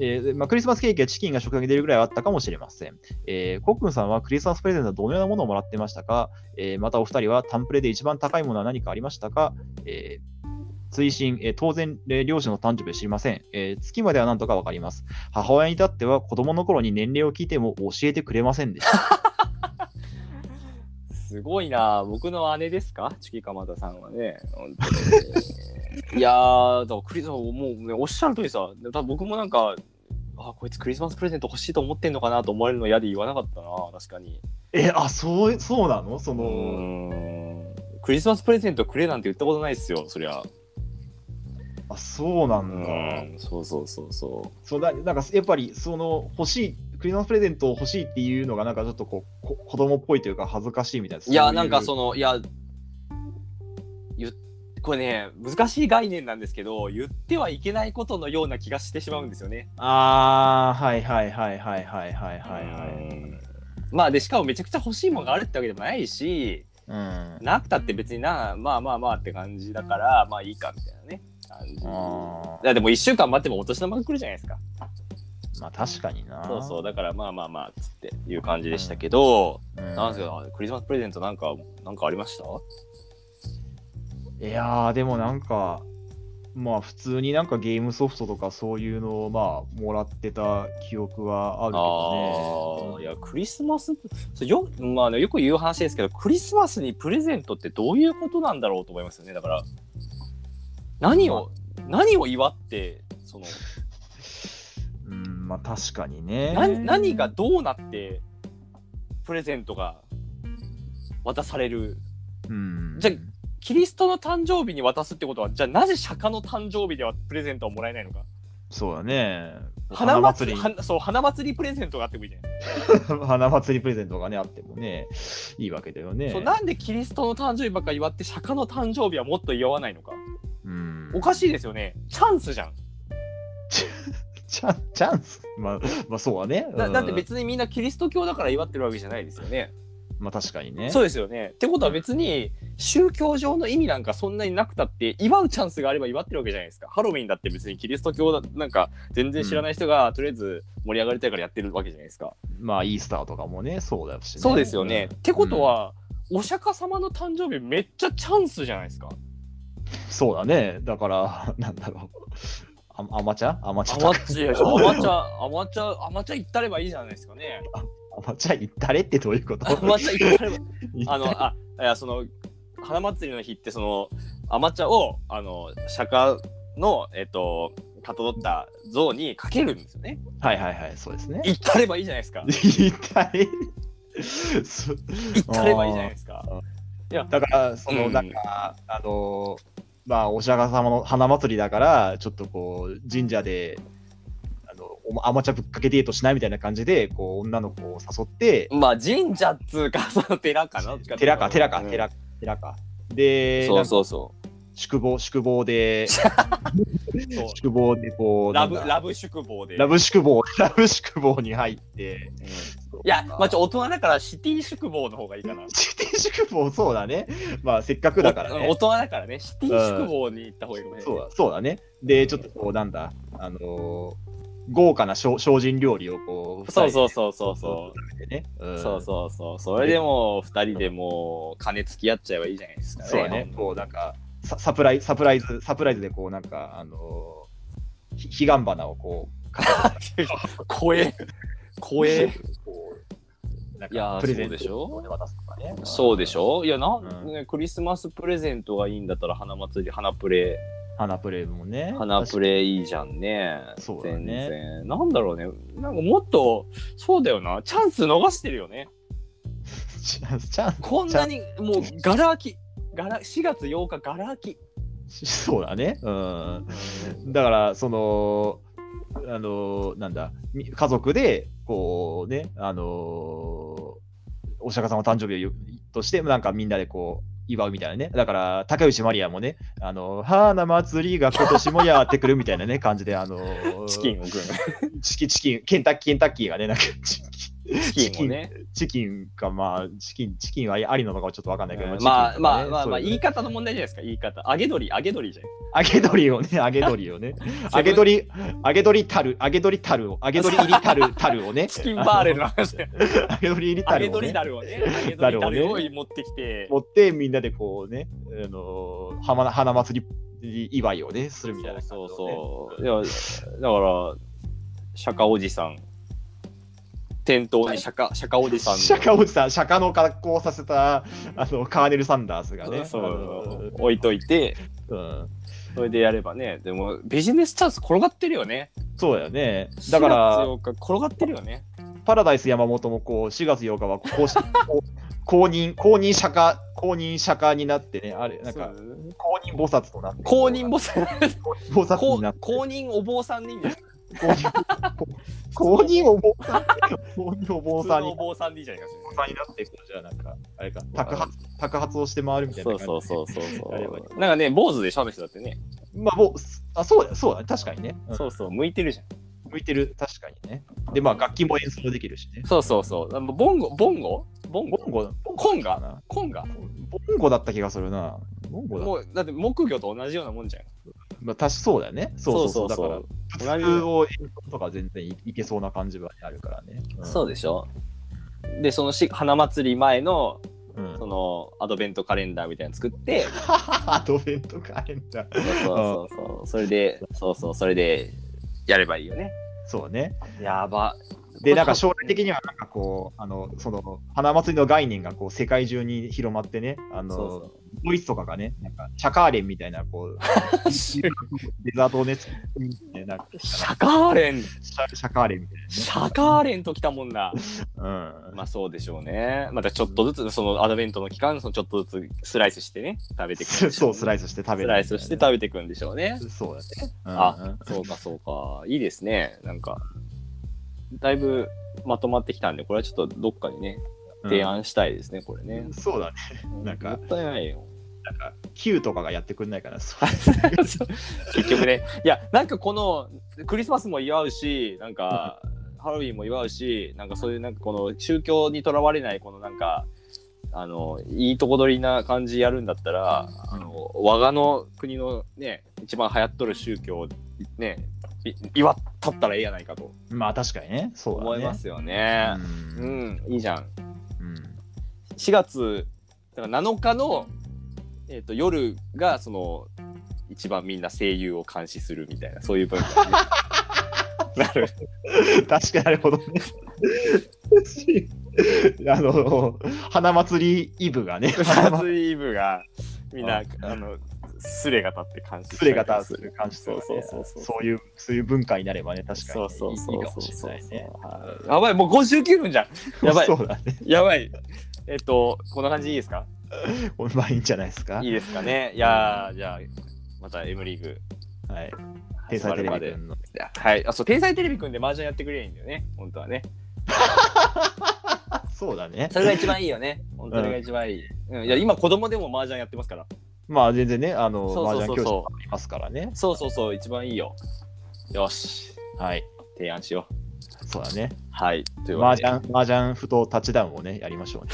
Speaker 1: えーでまあ、クリスマスケーキやチキンが食卓に出るぐらいはあったかもしれません。えー、コックンさんはクリスマスプレゼントはどのようなものをもらってましたか、えーまたお二人はタンプレで一番高いものは何かありましたか、えー、追伸、えー当然、えー両親の誕生日は知りません。えー月までは何とかわかります。母親に至っては子供の頃に年齢を聞いても教えてくれませんでした。
Speaker 2: すごいな僕の姉ですかチキカマタさんはね。本当 にいやー、だからクリスマス、もうね、おっしゃる通りさ、多分僕もなんか、あ、こいつクリスマスプレゼント欲しいと思ってんのかなと思われるの嫌で言わなかったな確かに。
Speaker 1: えあそう、そうなのそうの、
Speaker 2: ん。クリスマスプレゼントくれなんて言ったことないですよ、そりゃ。
Speaker 1: あそうな
Speaker 2: うん
Speaker 1: だ。
Speaker 2: ん、そうそうそうそ
Speaker 1: そうだなんかやっぱりその欲しいクリスマスプレゼントを欲しいっていうのがなんかちょっとこうこ子供っぽいというか恥ずかしいみたいな
Speaker 2: う。いや、なんかそ
Speaker 1: の
Speaker 2: の、いや、言っこれね、難しい概念なんですけど、言ってはいけないことのような気がしてしまうんですよね。
Speaker 1: ああはいはいはいはいはいはいはいはい
Speaker 2: まあでしかもめちゃくちゃ欲しいものがあるってわけでもないし
Speaker 1: うん
Speaker 2: なくたって別になまあまあまあって感じだからまあいいかみたいなね感じ
Speaker 1: あー
Speaker 2: いやでも1週間待ってもお年玉が来るじゃないですか
Speaker 1: まあ確かにな
Speaker 2: そうそうだからまあまあまあっつっていう感じでしたけど、
Speaker 1: う、
Speaker 2: なんですよクリスマスプレゼントなんかなんかありました
Speaker 1: いやーでもなんかまあ普通になんかゲームソフトとかそういうのをまあもらってた記憶はあるけ
Speaker 2: あ
Speaker 1: ど
Speaker 2: あい
Speaker 1: ね
Speaker 2: やクリスマスそうよ,、まあね、よく言う話ですけどクリスマスにプレゼントってどういうことなんだろうと思いますよねだから何を何を祝ってその
Speaker 1: うんまあ確かにね
Speaker 2: な何がどうなってプレゼントが渡される
Speaker 1: うん
Speaker 2: じゃキリストの誕生日に渡すってことはじゃあなぜ釈迦の誕生日ではプレゼントはもらえないのか
Speaker 1: そうだね
Speaker 2: 花祭り
Speaker 1: に
Speaker 2: 花そう花祭りプレゼントがあってもいいじゃない、
Speaker 1: 花祭りプレゼントがねあってもねいいわけだよね。
Speaker 2: そうなんでキリストの誕生日ばっかり祝って釈迦の誕生日はもっと祝わないのか
Speaker 1: うん
Speaker 2: おかしいですよねチャンスじゃん
Speaker 1: チャンチャンスまあまあそうはね。
Speaker 2: だ
Speaker 1: うん
Speaker 2: だって別にみんなキリスト教だから祝ってるわけじゃないですよね
Speaker 1: まあ確かにね。
Speaker 2: そうですよねってことは別に宗教上の意味なんかそんなになくたって祝うチャンスがあれば祝ってるわけじゃないですかハロウィンだって別にキリスト教だなんか全然知らない人がとりあえず盛り上がりたいからやってるわけじゃないですか、
Speaker 1: まあイースターとかもねそうだし、ね。
Speaker 2: そうですよね、
Speaker 1: うん
Speaker 2: ってことは、お釈迦様の誕生日めっちゃチャンスじゃないですか
Speaker 1: そうだね。だから なんだろう。あアマチャアマチャ
Speaker 2: ア
Speaker 1: と
Speaker 2: マ
Speaker 1: か
Speaker 2: チュアアマチャアマチャアマチャ行ったればいいじゃないですかね
Speaker 1: アマチャ行ったれってどういう こと
Speaker 2: アマチャ行ったれば
Speaker 1: 行
Speaker 2: あ
Speaker 1: ったれ
Speaker 2: の、あ、いや、その、花祭りの日って、その、アマチャを、あの、釈迦の、えっと、かたどった像にかけるんですよね。
Speaker 1: はいはいはいそうですね。
Speaker 2: 行ったればいいじゃないですか。
Speaker 1: 行ったれ。 そう
Speaker 2: 行ったればいいじゃないですか。
Speaker 1: だから、その、
Speaker 2: うん
Speaker 1: なんか、あのー、まあ、お釈迦様の花祭りだから、ちょっとこう、神社で、あの、おアマチャぶっかけデートしないみたいな感じで、こう、女の子を誘って、
Speaker 2: まあ、神 社っつうか、その寺かな。
Speaker 1: 寺か、寺か、
Speaker 2: うん
Speaker 1: 寺か、寺か。で、
Speaker 2: そうそうそ
Speaker 1: なんか宿坊、宿坊で、
Speaker 2: そう
Speaker 1: 宿坊でこう、
Speaker 2: ラブ
Speaker 1: なんだ
Speaker 2: ラブ宿坊で。
Speaker 1: ラブ宿坊、 ラブ宿坊に入って、そう
Speaker 2: いや、まあ、ちょ大人だからシティ宿坊の方がいいかな。
Speaker 1: シティ宿坊、そうだね。まあ、せっかくだからね。
Speaker 2: お大人だからね、シティ宿坊に行った方がいいかもね。
Speaker 1: そうだそうだね。で、ちょっとこう、なんだ、あのー豪華な精精進料理をこう、
Speaker 2: そうそう
Speaker 1: う
Speaker 2: そうそうそう。
Speaker 1: 食べてね。うん
Speaker 2: そうそうそう。それでも、二人でもう、金付き合っちゃえばいいじゃないですか、ね。
Speaker 1: そうね、こうなんかササプライサプライズサプライズでこうなんかあのーひ彼岸花をこう片手に
Speaker 2: 怖え。怖え。
Speaker 1: こうなん
Speaker 2: いやー
Speaker 1: かプレゼント
Speaker 2: そうでしょ
Speaker 1: をね渡すとかね。
Speaker 2: そうでし
Speaker 1: ょ。
Speaker 2: ょいや、な、
Speaker 1: うん
Speaker 2: ね、クリスマスプレゼントがいいんだったら、花祭り、花プレ、
Speaker 1: 花プレもね。
Speaker 2: 花プレいいじゃんね。
Speaker 1: そうだね
Speaker 2: 全然。なんだろうね。なんかもっと、そうだよな。チャンス逃してるよね。
Speaker 1: チャンスチャン
Speaker 2: こんなに、もう、ガラ空き。ガラ4月8日、ガラ空き。
Speaker 1: スそうだね。うん。だからそのあのーなんだみ家族でこうねあのーお釈迦さんの誕生日をとしてなんかみんなでこう祝うみたいなねだから竹内まりやもねあのー花祭りが今年もやってくるみたいなね感じであのー
Speaker 2: チキンを食う の。
Speaker 1: チキチキンケンタッキーケンタッキーがねなんかチキン
Speaker 2: チキンをね。
Speaker 1: チキンかまあチキンチキンはありなのかはちょっとわかんないけど、チ
Speaker 2: まあ
Speaker 1: キンと
Speaker 2: ま
Speaker 1: か
Speaker 2: あ
Speaker 1: ね
Speaker 2: まあまあ
Speaker 1: そういう
Speaker 2: 言い方の問題じゃないですか言い方揚げ鶏揚げ鶏じゃん
Speaker 1: 揚げ鶏をね、揚げ鶏をね、揚げ鶏、揚げ鶏たる、揚げ鶏たるを、揚げ鶏入りた る、たるをね、
Speaker 2: チキンバーレルの話
Speaker 1: 揚
Speaker 2: で
Speaker 1: げ鶏入り
Speaker 2: 揚
Speaker 1: た
Speaker 2: げ
Speaker 1: るを、
Speaker 2: 鶏
Speaker 1: ね、
Speaker 2: だるをね揚げ鶏だるを
Speaker 1: だる
Speaker 2: 持ってきて
Speaker 1: 持ってみんなでこうね、あのー花花祭り祝いをね、するみたいな感じ
Speaker 2: そ
Speaker 1: の
Speaker 2: う
Speaker 1: ね、
Speaker 2: そうそういやだから釈迦おじさん店頭に釈迦釈迦おじさんの
Speaker 1: 釈迦おじさん、釈迦の格好をさせたあのカーネル・サンダース がね、
Speaker 2: そ
Speaker 1: あ
Speaker 2: う置いといて
Speaker 1: のうん
Speaker 2: それでやればねでもビジネスチャンス転がってるよね
Speaker 1: そうだよね。だから、
Speaker 2: 4月8日転がってるよね
Speaker 1: パラダイス山本もこう4月8日はこうしこう 公認、公認釈迦、公認釈迦になってね、あれ、なんか、
Speaker 2: そう
Speaker 1: 公認菩薩となって。
Speaker 2: 公認ボス
Speaker 1: 菩薩
Speaker 2: 公
Speaker 1: になって
Speaker 2: 公認お坊さんにみたいな
Speaker 1: 公認公認お坊さん公認お坊
Speaker 2: 普通
Speaker 1: さん
Speaker 2: のお
Speaker 1: に
Speaker 2: 坊さんでいいじゃないか
Speaker 1: お坊さんになってこうじゃあなんかあれか宅発宅発をして回るみたいな
Speaker 2: そ
Speaker 1: 感
Speaker 2: う
Speaker 1: じ
Speaker 2: そうそうそう
Speaker 1: あればいい
Speaker 2: そう。なんかね、坊主でしゃべしだってね。
Speaker 1: まあもうあそうだそうだ確かにね、うん
Speaker 2: そうそう、向いてるじゃん。
Speaker 1: 向いてる確かにねでまあ楽器も演奏できるしね
Speaker 2: そうそうそう。あのボンゴ、ボンゴボン
Speaker 1: ボ
Speaker 2: ゴ
Speaker 1: ンゴ
Speaker 2: コン
Speaker 1: か
Speaker 2: ガ
Speaker 1: な
Speaker 2: コンガ
Speaker 1: ボンゴだった気がするなボンゴだ
Speaker 2: もう、だって木魚と同じようなもんじゃん。
Speaker 1: まあ確かそうだよねそうそうそう
Speaker 2: そうそうそう
Speaker 1: だから普通を演奏とか全然いいけそうな感じはあるからね、うん、
Speaker 2: そうでしょ。で、そのし花祭り前の、
Speaker 1: う、ん
Speaker 2: そ、の、アドベントカレンダーみたいなの作って、
Speaker 1: アドベントカレンダー
Speaker 2: そうそうそうそう。それで、そうそう、それで、やればいいよね。
Speaker 1: そうね
Speaker 2: やば。
Speaker 1: で、なんか将来的には、なんかこう、あの、その、花祭りの概念がこう、世界中に広まってね、あの、
Speaker 2: そうそう
Speaker 1: ドイツとかがね、なんか、チャカーレンみたいな、こう、
Speaker 2: シ
Speaker 1: デザートをね、作って、なんか、
Speaker 2: ャカーレン、
Speaker 1: シャシャカーレンみたい
Speaker 2: シャカーレンときたもんな。
Speaker 1: なね。うん。
Speaker 2: まあそうでしょうね。またちょっとずつ、そのアドベントの期間、そのちょっとずつスライスしてね、食べていくんでしょ
Speaker 1: そう、スライ
Speaker 2: ス
Speaker 1: スして食べる。
Speaker 2: スライスして食べていくんでしょうね。
Speaker 1: そうだね。うんうん、
Speaker 2: あ、そうかそうか。いいですね。なんか、だいぶまとまってきたんで、これはちょっとどっかにね、
Speaker 1: うん
Speaker 2: 提案したいですね、これね。
Speaker 1: そうだね。なんか
Speaker 2: もったいないよ。
Speaker 1: Q とかがやってくんないから、そう
Speaker 2: 結局ね。いや、なんかこの、クリスマスも祝うし、なんか、ハロウィンも祝うし、なんかそういう、なんかこの宗教にとらわれない、このなんか、あの、いいとこ取りな感じやるんだったら、あの、我がの国のね、一番流行っとる宗教をね、い祝ったったらええやないかと
Speaker 1: まあ、確かにね。そうだね。
Speaker 2: 思いますよね。
Speaker 1: う。
Speaker 2: うんん、いいじゃん。
Speaker 1: うん。
Speaker 2: 4月だから7日の、えー、と夜がその一番みんな声優を監視するみたいなそういう文 化になる
Speaker 1: 確かになるほどね。 あの花祭りイブ がね、花祭
Speaker 2: 夏イブがみんな
Speaker 1: あ
Speaker 2: あのすれが立って監視
Speaker 1: りが立つ感じ
Speaker 2: そ
Speaker 1: と
Speaker 2: う
Speaker 1: か
Speaker 2: そう
Speaker 1: ね
Speaker 2: そうそう
Speaker 1: そういうそういう文化になればね、確かに
Speaker 2: そ
Speaker 1: ね、
Speaker 2: うそうそう
Speaker 1: いいか
Speaker 2: そ
Speaker 1: も
Speaker 2: う
Speaker 1: し
Speaker 2: そ
Speaker 1: れな
Speaker 2: う
Speaker 1: いね。
Speaker 2: はいやばいもう59分じゃ んやばい
Speaker 1: そうだね。
Speaker 2: やばいえっ、とこんな感じでいいですか
Speaker 1: これまあいいんじゃないですか。
Speaker 2: いいですかねいやーじゃあまた M リーグ
Speaker 1: はい。天才テレビくんの。
Speaker 2: はいあそう天才テレビくんで麻雀やってくれりゃいいんだよね本当はね
Speaker 1: そうだね。
Speaker 2: それが一番いいよね。本当それが一番いい。うん、いや、今子供でも麻雀やってますから。
Speaker 1: まあ全然ね、あの、
Speaker 2: そうそうそ
Speaker 1: 麻雀
Speaker 2: うそう
Speaker 1: 教室もありますからね。
Speaker 2: そうそうそう、一番いいよ。よし、
Speaker 1: はい。
Speaker 2: 提案しよう。
Speaker 1: そうだね。
Speaker 2: はい。という
Speaker 1: 麻
Speaker 2: わけで、
Speaker 1: 雀、麻雀不当タッチダウンをね、やりましょうね。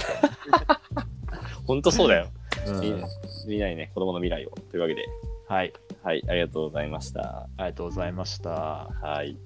Speaker 2: 本当そうだよ。
Speaker 1: うん
Speaker 2: みんなみんなにね、子供の未来を。というわけで、
Speaker 1: はい。
Speaker 2: はい、ありがとうございました。
Speaker 1: ありがとうございました。
Speaker 2: はい。